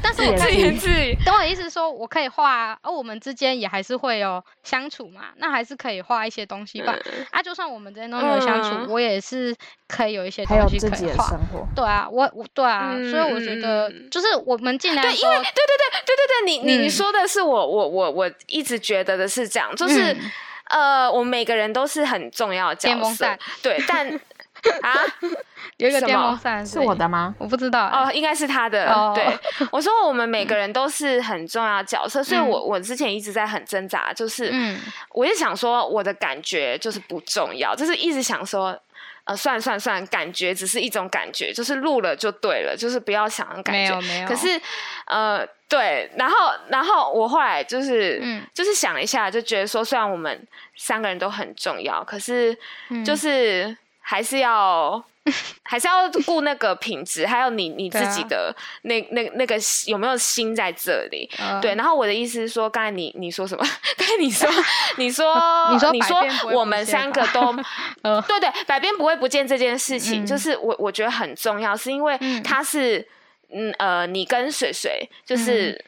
[SPEAKER 2] 但是，但是我
[SPEAKER 4] 也
[SPEAKER 2] 可
[SPEAKER 3] 自
[SPEAKER 4] 是
[SPEAKER 2] 以
[SPEAKER 3] 言自语，
[SPEAKER 2] 懂我的意思是说，我可以画，啊而我们之间也还是会有相处嘛，那还是可以画一些东西吧。啊，就算我们之间都没有相处，
[SPEAKER 3] 嗯
[SPEAKER 2] 我也是可以有一些
[SPEAKER 4] 还有
[SPEAKER 2] 东西
[SPEAKER 4] 自
[SPEAKER 2] 可
[SPEAKER 4] 己
[SPEAKER 2] 以
[SPEAKER 4] 的
[SPEAKER 2] 画。
[SPEAKER 4] 生活，
[SPEAKER 2] 对啊，我我对啊，所以我觉得
[SPEAKER 3] 嗯
[SPEAKER 2] 就是我们进来
[SPEAKER 3] 对，因为对哦对对对对对，你你、你
[SPEAKER 2] 嗯
[SPEAKER 3] 说的是我我我我一直觉得的是这样，就是、
[SPEAKER 2] 嗯
[SPEAKER 3] 呃，我们每个人都是很重要的
[SPEAKER 2] 电
[SPEAKER 3] 角
[SPEAKER 2] 风
[SPEAKER 3] 色
[SPEAKER 2] 扇，
[SPEAKER 3] 对， 但啊
[SPEAKER 2] 有一个
[SPEAKER 3] 什
[SPEAKER 2] 电
[SPEAKER 3] 么
[SPEAKER 2] 风扇
[SPEAKER 4] 是我
[SPEAKER 2] 的，
[SPEAKER 4] 的吗？
[SPEAKER 2] 我不知道欸、
[SPEAKER 3] 哦，应该是他的。
[SPEAKER 2] 哦
[SPEAKER 3] 对，我说我们每个人都是很重要的角色，所以
[SPEAKER 2] 嗯
[SPEAKER 3] 我我之前一直在很挣扎，就是、
[SPEAKER 2] 嗯
[SPEAKER 3] 我就想说我的感觉就是不重要，就是一直想说。呃，算算算，感觉只是一种感觉，就是录了就对了，就是不要想感
[SPEAKER 2] 没
[SPEAKER 3] 觉。
[SPEAKER 2] 有没有
[SPEAKER 3] 可是，呃，对，然后然后我后来就是、
[SPEAKER 2] 嗯
[SPEAKER 3] 就是想了一下，就觉得说，虽然我们三个人都很重要，可是就
[SPEAKER 2] 嗯
[SPEAKER 3] 是还是要。 还是要顾那个品质，还有你你自
[SPEAKER 2] 对啊
[SPEAKER 3] 己的那、那那个有没有心在这里？
[SPEAKER 2] 呃
[SPEAKER 3] 对，然后我的意思是说，刚才你你说什么？ 刚才 你说你说
[SPEAKER 2] 你说
[SPEAKER 3] 你
[SPEAKER 2] 百
[SPEAKER 3] 说
[SPEAKER 2] 变不会
[SPEAKER 3] 我
[SPEAKER 2] 不
[SPEAKER 3] 们
[SPEAKER 2] 见
[SPEAKER 3] 三个
[SPEAKER 2] 吧
[SPEAKER 3] 都
[SPEAKER 2] 呃
[SPEAKER 3] 对对，百变不会不见这件事情，就
[SPEAKER 2] 嗯
[SPEAKER 3] 是我我觉得很重要，是因为
[SPEAKER 2] 嗯
[SPEAKER 3] 它是嗯呃，你跟水水就是、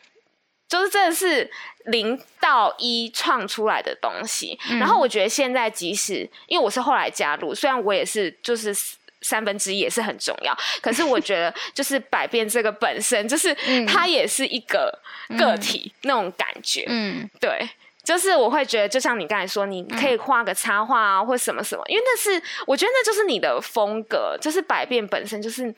[SPEAKER 3] 就是真的是零到一创出来的东西。
[SPEAKER 2] 嗯
[SPEAKER 3] 然后我觉得现在即使因为我是后来加入，虽然我也是就是。三分之一也是很重要，可是我觉得就是百变这个本身，就是
[SPEAKER 2] 嗯
[SPEAKER 3] 它也是一个个体那种感觉，
[SPEAKER 2] 嗯
[SPEAKER 3] 对，就是我会觉得，就像你刚才说，你可以画个插画啊，或什么什么，因为那是我觉得那就是你的风格，就是百变本身就是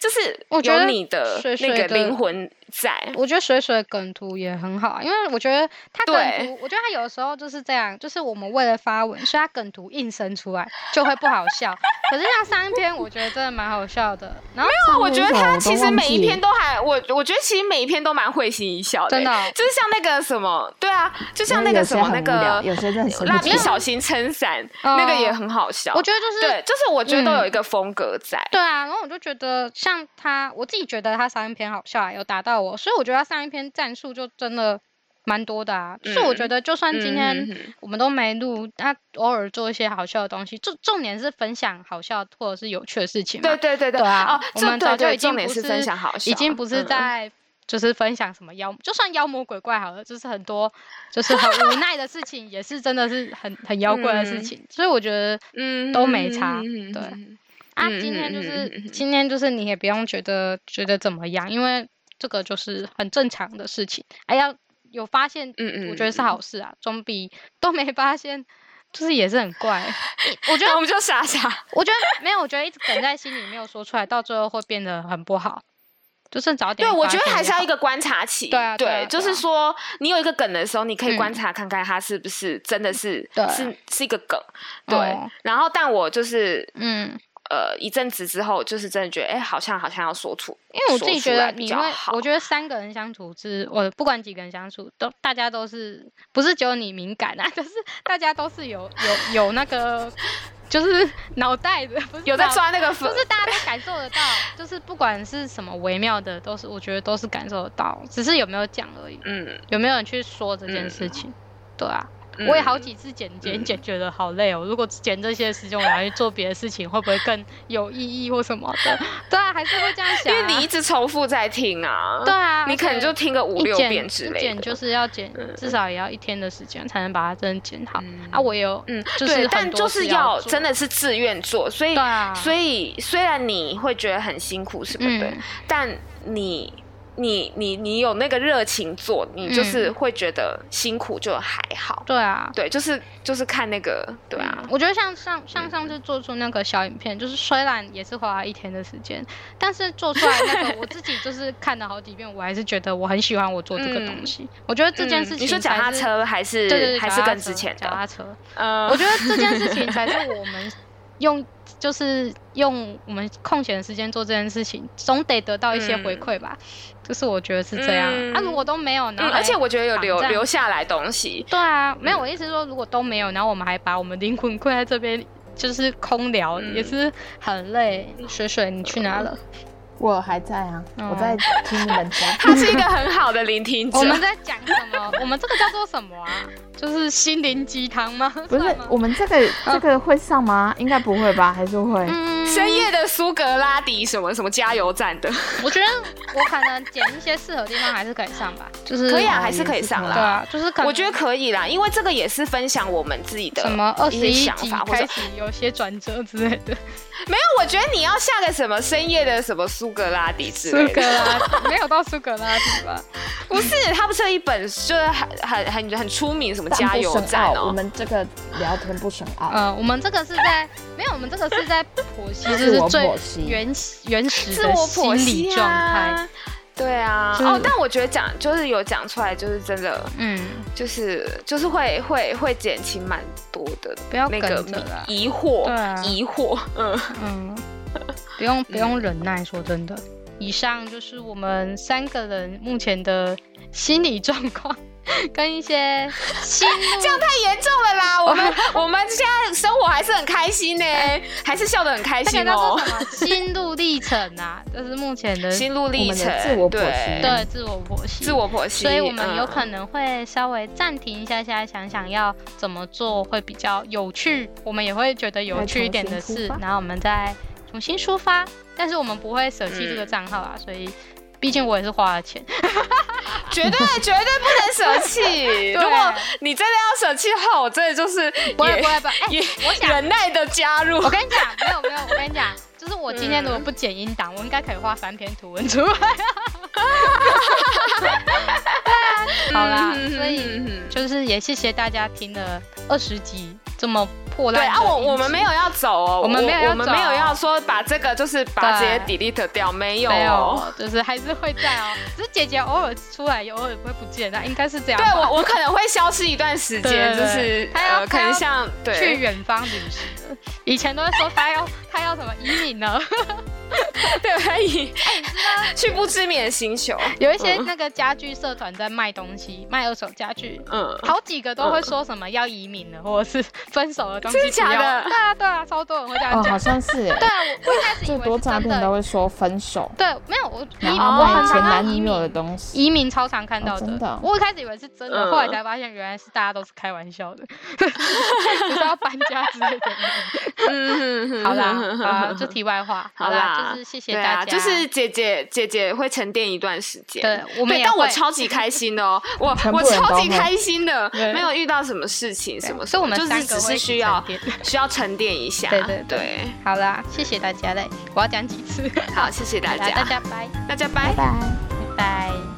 [SPEAKER 3] 就是
[SPEAKER 2] 我觉
[SPEAKER 3] 有
[SPEAKER 2] 得
[SPEAKER 3] 你的
[SPEAKER 2] 水
[SPEAKER 3] 那
[SPEAKER 2] 水
[SPEAKER 3] 个
[SPEAKER 2] 的
[SPEAKER 3] 灵魂在。
[SPEAKER 2] 我觉得水水的梗图也很好啊，因为我觉得他梗
[SPEAKER 3] 对
[SPEAKER 2] 图，我觉得他有的时候就是这样，就是我们为了发文，所以他梗图硬生出来就会不好笑。可是像上一篇，我觉得真的蛮好笑的。然后
[SPEAKER 3] 那啊我觉得
[SPEAKER 4] 哦我
[SPEAKER 3] 他
[SPEAKER 4] 都
[SPEAKER 3] 其实
[SPEAKER 4] 忘
[SPEAKER 3] 每一
[SPEAKER 4] 记
[SPEAKER 3] 篇都还我，我觉得其实每一篇都蛮会心一笑的，
[SPEAKER 2] 真的哦
[SPEAKER 3] 就是像那个什么，对啊，就像
[SPEAKER 4] 因为
[SPEAKER 3] 那个
[SPEAKER 4] 有
[SPEAKER 3] 什
[SPEAKER 4] 些
[SPEAKER 3] 么
[SPEAKER 4] 很
[SPEAKER 3] 那
[SPEAKER 4] 无聊，
[SPEAKER 3] 个
[SPEAKER 4] 有些真的是
[SPEAKER 3] 蜡笔小新撑伞，那个也很好笑。
[SPEAKER 2] 我觉得就是
[SPEAKER 3] 对，就是我觉得都有
[SPEAKER 2] 嗯
[SPEAKER 3] 一个风格在。
[SPEAKER 2] 对啊，然后我就觉得像他，我自己觉得他上一篇好笑、啊，有打到我，所以我觉得他上一篇战术就真的蛮多的啊。就是我觉
[SPEAKER 3] 嗯
[SPEAKER 2] 得就算今
[SPEAKER 3] 嗯哼
[SPEAKER 2] 天
[SPEAKER 3] 哼
[SPEAKER 2] 我们都没录，他、偶尔做一些好笑的东西，重重点是分享好笑或者是有趣的事情嘛。
[SPEAKER 3] 对对对对
[SPEAKER 2] 对啊
[SPEAKER 3] 哦，
[SPEAKER 2] 我
[SPEAKER 3] 这
[SPEAKER 2] 们
[SPEAKER 3] 对
[SPEAKER 2] 早就
[SPEAKER 3] 对，
[SPEAKER 2] 已经
[SPEAKER 3] 重点
[SPEAKER 2] 不
[SPEAKER 3] 是分享好笑，
[SPEAKER 2] 已经不是
[SPEAKER 3] 嗯
[SPEAKER 2] 在就是分享什么妖，就算妖魔鬼怪好了，就是很多就是很无奈的事情，也是真的是很很妖怪的事情，所以我觉得
[SPEAKER 3] 嗯
[SPEAKER 2] 都没差，
[SPEAKER 3] 嗯
[SPEAKER 2] 对。
[SPEAKER 3] 嗯
[SPEAKER 2] 啊，
[SPEAKER 3] 嗯
[SPEAKER 2] 今天就
[SPEAKER 3] 嗯嗯嗯
[SPEAKER 2] 是
[SPEAKER 3] 嗯
[SPEAKER 2] 今天就是你也不用觉得觉得怎么样，因为这个就是很正常的事情。哎呀，有发现，
[SPEAKER 3] 嗯嗯
[SPEAKER 2] 我觉得是
[SPEAKER 3] 嗯
[SPEAKER 2] 好事啊，总比都没发现，就是也是很怪。 我觉
[SPEAKER 3] 那
[SPEAKER 2] 得
[SPEAKER 3] 我们就傻傻，
[SPEAKER 2] 我觉得没有，我觉得一直梗在心里没有说出来，到最后会变得很不好。就是早点
[SPEAKER 3] 对我
[SPEAKER 2] 发
[SPEAKER 3] 觉得
[SPEAKER 2] 现
[SPEAKER 3] 还
[SPEAKER 2] 也
[SPEAKER 3] 是要一
[SPEAKER 2] 好
[SPEAKER 3] 个观察期，
[SPEAKER 2] 对啊对啊
[SPEAKER 3] 对，就
[SPEAKER 2] 对啊
[SPEAKER 3] 是说你有一个梗的时候，你可以
[SPEAKER 2] 嗯
[SPEAKER 3] 观察看看它是不是真的是
[SPEAKER 2] 对
[SPEAKER 3] 是是一个梗，对
[SPEAKER 2] 哦。
[SPEAKER 3] 然后，但我就是
[SPEAKER 2] 嗯，
[SPEAKER 3] 呃一阵子之后，就是真的觉得，哎，好像好像要说出，
[SPEAKER 2] 因为我自
[SPEAKER 3] 说
[SPEAKER 2] 己
[SPEAKER 3] 出
[SPEAKER 2] 觉得
[SPEAKER 3] 来比
[SPEAKER 2] 你
[SPEAKER 3] 较
[SPEAKER 2] 会，
[SPEAKER 3] 好
[SPEAKER 2] 我觉得三个人相处之，我不管几个人相处，都大家都是不是只有你敏感啊， 就是大家都是有有有那个，就是脑袋的，不是
[SPEAKER 3] 有在
[SPEAKER 2] 脑
[SPEAKER 3] 抓那个分
[SPEAKER 2] 就是大家都感受得到，就是不管是什么微妙的，都是我觉得都是感受得到，只是有没有讲而已，
[SPEAKER 3] 嗯，
[SPEAKER 2] 有没有人去说这件事情，对啊。
[SPEAKER 3] 嗯
[SPEAKER 2] 我也好几次剪剪剪，觉得好累哦。如果剪这些时间，我拿去做别的事情，会不会更有意义或什么的？ 对啊，还是会这样想
[SPEAKER 3] 因
[SPEAKER 2] 啊、
[SPEAKER 3] 为你一直重复在听啊，
[SPEAKER 2] 对啊，
[SPEAKER 3] 你
[SPEAKER 2] 而
[SPEAKER 3] 可能
[SPEAKER 2] 且
[SPEAKER 3] 就听个五
[SPEAKER 2] 一
[SPEAKER 3] 六
[SPEAKER 2] 剪
[SPEAKER 3] 遍之
[SPEAKER 2] 一
[SPEAKER 3] 类
[SPEAKER 2] 剪
[SPEAKER 3] 的，
[SPEAKER 2] 就是要剪，至少也要一天的时间才能把它真的剪好。
[SPEAKER 3] 嗯
[SPEAKER 2] 啊，我也有，
[SPEAKER 3] 嗯，
[SPEAKER 2] 就是
[SPEAKER 3] 对，
[SPEAKER 2] 很
[SPEAKER 3] 但
[SPEAKER 2] 多
[SPEAKER 3] 就
[SPEAKER 2] 事
[SPEAKER 3] 是
[SPEAKER 2] 要
[SPEAKER 3] 要
[SPEAKER 2] 做
[SPEAKER 3] 真的是自愿做，所以
[SPEAKER 2] 对啊
[SPEAKER 3] 所以虽然你会觉得很辛苦什么的，
[SPEAKER 2] 嗯
[SPEAKER 3] 但你。你你你有那个热情做，你就是
[SPEAKER 2] 嗯
[SPEAKER 3] 会觉得辛苦就还好，
[SPEAKER 2] 对啊，
[SPEAKER 3] 对，就是就是看那个，对啊嗯
[SPEAKER 2] 嗯，我觉得像上像上次做出那个小影片，就是虽然也是花了一天的时间，但是做出来那个 我自己就是看了好几遍，我还是觉得我很喜欢我做这个东
[SPEAKER 3] 嗯
[SPEAKER 2] 西。我觉得这件
[SPEAKER 3] 嗯
[SPEAKER 2] 事情、
[SPEAKER 3] 你说脚踏车还是
[SPEAKER 2] 对对对，
[SPEAKER 3] 还
[SPEAKER 2] 脚
[SPEAKER 3] 是
[SPEAKER 2] 踏
[SPEAKER 3] 更
[SPEAKER 2] 车
[SPEAKER 3] 之前
[SPEAKER 2] 脚踏
[SPEAKER 3] 的，
[SPEAKER 2] 车，
[SPEAKER 3] 嗯，
[SPEAKER 2] 我觉得这件事情才是我们用，就是用我们空闲的时间做这件事情，总得得到一些回馈吧。就是我觉得是这样。啊，如果都没有，然
[SPEAKER 3] 嗯，
[SPEAKER 2] 后、
[SPEAKER 3] 而且我觉嗯得有
[SPEAKER 2] 绑
[SPEAKER 3] 留
[SPEAKER 2] 在
[SPEAKER 3] 留下来东西，
[SPEAKER 2] 对啊，没有，我意思是说，如果都没有，然后我们还把我们灵魂困在这边，就是空聊，
[SPEAKER 3] 嗯
[SPEAKER 2] 也是很累。水水，你去哪了？
[SPEAKER 4] 我还在啊，
[SPEAKER 2] 嗯
[SPEAKER 4] 我在听你们 讲。
[SPEAKER 3] 他是一个很好的聆听 者
[SPEAKER 2] 我，们在讲什么？ 我们这个叫做什么啊？就是心灵鸡汤吗？
[SPEAKER 4] 不是
[SPEAKER 2] 算吗
[SPEAKER 4] 我们这
[SPEAKER 3] 嗯
[SPEAKER 4] 个这个会上吗？应该不会吧？还是会？
[SPEAKER 2] 嗯
[SPEAKER 3] 深夜的苏格拉底什么什么加油站的，
[SPEAKER 2] 我觉得我可能剪一些适合的地方还是可以上吧，就是
[SPEAKER 3] 可以啊，
[SPEAKER 4] 哦
[SPEAKER 3] 还是可以
[SPEAKER 4] 也是
[SPEAKER 3] 上
[SPEAKER 4] 可以
[SPEAKER 2] 嗯对
[SPEAKER 3] 啦。
[SPEAKER 2] 啊，就是可能
[SPEAKER 3] 我觉得可以啦，因为这个也是分享我们自己的
[SPEAKER 2] 什么二十
[SPEAKER 3] 一些
[SPEAKER 2] 一
[SPEAKER 3] 想
[SPEAKER 2] 集
[SPEAKER 3] 法，或
[SPEAKER 2] 开
[SPEAKER 3] 者
[SPEAKER 2] 始有些转折之类的，
[SPEAKER 3] 没有。我觉得你要下个什么深夜的什么苏格拉底之
[SPEAKER 2] 苏
[SPEAKER 3] 类
[SPEAKER 2] 格
[SPEAKER 3] 的，
[SPEAKER 2] 拉底没 有到苏格拉底吧？
[SPEAKER 3] 不是，他不是有一本就是很很很很出名什么加油嗯站
[SPEAKER 4] 但不深奥我
[SPEAKER 3] 哦。
[SPEAKER 4] 们这个聊天不深奥。
[SPEAKER 2] 呃，我们这个是在没有，我们这个是在剖 析，就
[SPEAKER 4] 自
[SPEAKER 2] 是
[SPEAKER 4] 我
[SPEAKER 2] 最
[SPEAKER 4] 剖析
[SPEAKER 2] 原原始
[SPEAKER 3] 自
[SPEAKER 2] 的
[SPEAKER 3] 我
[SPEAKER 2] 心
[SPEAKER 3] 剖
[SPEAKER 2] 理
[SPEAKER 3] 析
[SPEAKER 2] 状态。
[SPEAKER 3] 啊，对啊，
[SPEAKER 2] 就是
[SPEAKER 3] 哦，但我觉得讲就是有讲出来，就是真的，
[SPEAKER 2] 嗯，
[SPEAKER 3] 就是就是会会会减轻蛮多的，
[SPEAKER 2] 不要
[SPEAKER 3] 那个
[SPEAKER 2] 梗着啦
[SPEAKER 3] 疑惑
[SPEAKER 2] 对啊，
[SPEAKER 3] 疑惑，嗯，
[SPEAKER 2] 嗯， 不用不用忍耐，说真的。以上就是我们三个人目前的心理状况，跟一些心路
[SPEAKER 3] 这样太严重了 啦！我们我们现在生活还是很开心呢、还是笑得很开
[SPEAKER 2] 那个
[SPEAKER 3] 心
[SPEAKER 2] 叫
[SPEAKER 3] 哦
[SPEAKER 2] 做。什么心路历程啊，就是目前的
[SPEAKER 3] 心路历程
[SPEAKER 4] 我们的，自我剖析
[SPEAKER 3] 对
[SPEAKER 2] 对自我剖析，
[SPEAKER 3] 自我剖析，
[SPEAKER 2] 所以我们有可
[SPEAKER 3] 嗯
[SPEAKER 2] 能会稍微暂停一下下，想想要怎么做会比较有趣，我们也会觉得有趣一点的
[SPEAKER 4] 再重
[SPEAKER 2] 事
[SPEAKER 4] 新出，发
[SPEAKER 2] 然后我们再重新出发。但是我们不会舍弃
[SPEAKER 3] 嗯
[SPEAKER 2] 这个账号啊，所以毕竟我也是花了钱，
[SPEAKER 3] 绝对绝对不能舍弃。
[SPEAKER 2] 啊
[SPEAKER 3] 如果你真的要舍弃的话，我真的就是
[SPEAKER 2] 不会
[SPEAKER 3] 也
[SPEAKER 2] 不会不会， 哎、
[SPEAKER 3] 也
[SPEAKER 2] 我想
[SPEAKER 3] 忍耐的加入
[SPEAKER 2] 我。跟你讲，没有没有，我跟你讲，就是我今天如果
[SPEAKER 3] 嗯
[SPEAKER 2] 不剪音档，我应该可以画三篇图文出 来。好啦，
[SPEAKER 3] 嗯
[SPEAKER 2] 所以
[SPEAKER 3] 嗯嗯嗯
[SPEAKER 2] 就是也谢谢大家听了二十集这么破烂的
[SPEAKER 3] 对
[SPEAKER 2] 音
[SPEAKER 3] 啊，
[SPEAKER 2] 质。
[SPEAKER 3] 我我们没有要走哦，
[SPEAKER 2] 我们没有要
[SPEAKER 3] 我们没有
[SPEAKER 2] 走
[SPEAKER 3] 要说把这个就是把这些 delete 掉，没有
[SPEAKER 2] 没
[SPEAKER 3] 哦。
[SPEAKER 2] 有，就是还是会在 哦，只是姐姐偶尔出来，偶尔会不见啊，应该是这样
[SPEAKER 3] 对
[SPEAKER 2] 吧。
[SPEAKER 3] 我，我可能会消失一段时间，
[SPEAKER 2] 对对
[SPEAKER 3] 就
[SPEAKER 2] 对
[SPEAKER 3] 是
[SPEAKER 2] 他要
[SPEAKER 3] 呃，可
[SPEAKER 2] 他要
[SPEAKER 3] 能像对
[SPEAKER 2] 去远方旅行了，以前都会说她要 她要什么移民 呢？
[SPEAKER 3] 对，可以。去不知名的星球，
[SPEAKER 2] 有一些那个家具社团在卖东西，卖二手家具，
[SPEAKER 3] 嗯，
[SPEAKER 2] 好几个都会说什么要移民了，或者是分手的东西
[SPEAKER 3] 真的
[SPEAKER 2] 不要
[SPEAKER 3] 假的
[SPEAKER 2] 对啊对啊，超多人会这样
[SPEAKER 4] 哦，
[SPEAKER 2] 讲。
[SPEAKER 4] 好像是耶。
[SPEAKER 2] 对啊，我我一开始以
[SPEAKER 4] 最
[SPEAKER 2] 为
[SPEAKER 4] 多
[SPEAKER 2] 是
[SPEAKER 4] 诈
[SPEAKER 2] 真
[SPEAKER 3] 啊
[SPEAKER 4] 骗都
[SPEAKER 2] 的。
[SPEAKER 4] 会说分手，
[SPEAKER 2] 对，没有我移
[SPEAKER 4] 然
[SPEAKER 2] 民，
[SPEAKER 4] 后
[SPEAKER 2] 我很
[SPEAKER 4] 哦买前
[SPEAKER 2] 常看到
[SPEAKER 4] 男
[SPEAKER 2] 移
[SPEAKER 4] 女友的
[SPEAKER 2] 民。
[SPEAKER 4] 东西。
[SPEAKER 2] 移民超常看到
[SPEAKER 4] 哦真的哦
[SPEAKER 2] 我一开始以为是真的，
[SPEAKER 3] 嗯
[SPEAKER 2] 后来才发现原来是大家都是开玩笑的， 就是要搬家之类的。啊
[SPEAKER 3] 嗯
[SPEAKER 2] 好啦，好啦，就题外话。
[SPEAKER 3] 好
[SPEAKER 2] 啦，
[SPEAKER 3] 啦，
[SPEAKER 2] 就是谢谢
[SPEAKER 3] 对
[SPEAKER 2] 大家，
[SPEAKER 3] 啊，就是姐姐姐姐会沉淀一段时间。
[SPEAKER 2] 对我们
[SPEAKER 3] 对
[SPEAKER 2] 也
[SPEAKER 3] 但我
[SPEAKER 2] 会
[SPEAKER 3] 超级开心 的哦，我
[SPEAKER 4] 全部
[SPEAKER 3] 我
[SPEAKER 4] 人都
[SPEAKER 3] 超级
[SPEAKER 4] 会
[SPEAKER 3] 开心的，
[SPEAKER 2] 啊对
[SPEAKER 3] 没有遇到什么事情
[SPEAKER 2] 对
[SPEAKER 3] 什么，
[SPEAKER 2] 所以我们
[SPEAKER 3] 就
[SPEAKER 2] 三
[SPEAKER 3] 是
[SPEAKER 2] 个
[SPEAKER 3] 只
[SPEAKER 2] 会
[SPEAKER 3] 是
[SPEAKER 2] 一起
[SPEAKER 3] 需要
[SPEAKER 2] 沉淀
[SPEAKER 3] 需要沉淀一下。
[SPEAKER 2] 对对对
[SPEAKER 3] 对，
[SPEAKER 2] 好啦，谢谢大家嘞，我要讲几次，
[SPEAKER 3] 好，谢谢大
[SPEAKER 2] 来
[SPEAKER 3] 家，
[SPEAKER 2] 大家拜
[SPEAKER 3] 大家
[SPEAKER 4] 拜
[SPEAKER 3] 拜。
[SPEAKER 4] 拜。
[SPEAKER 2] 拜。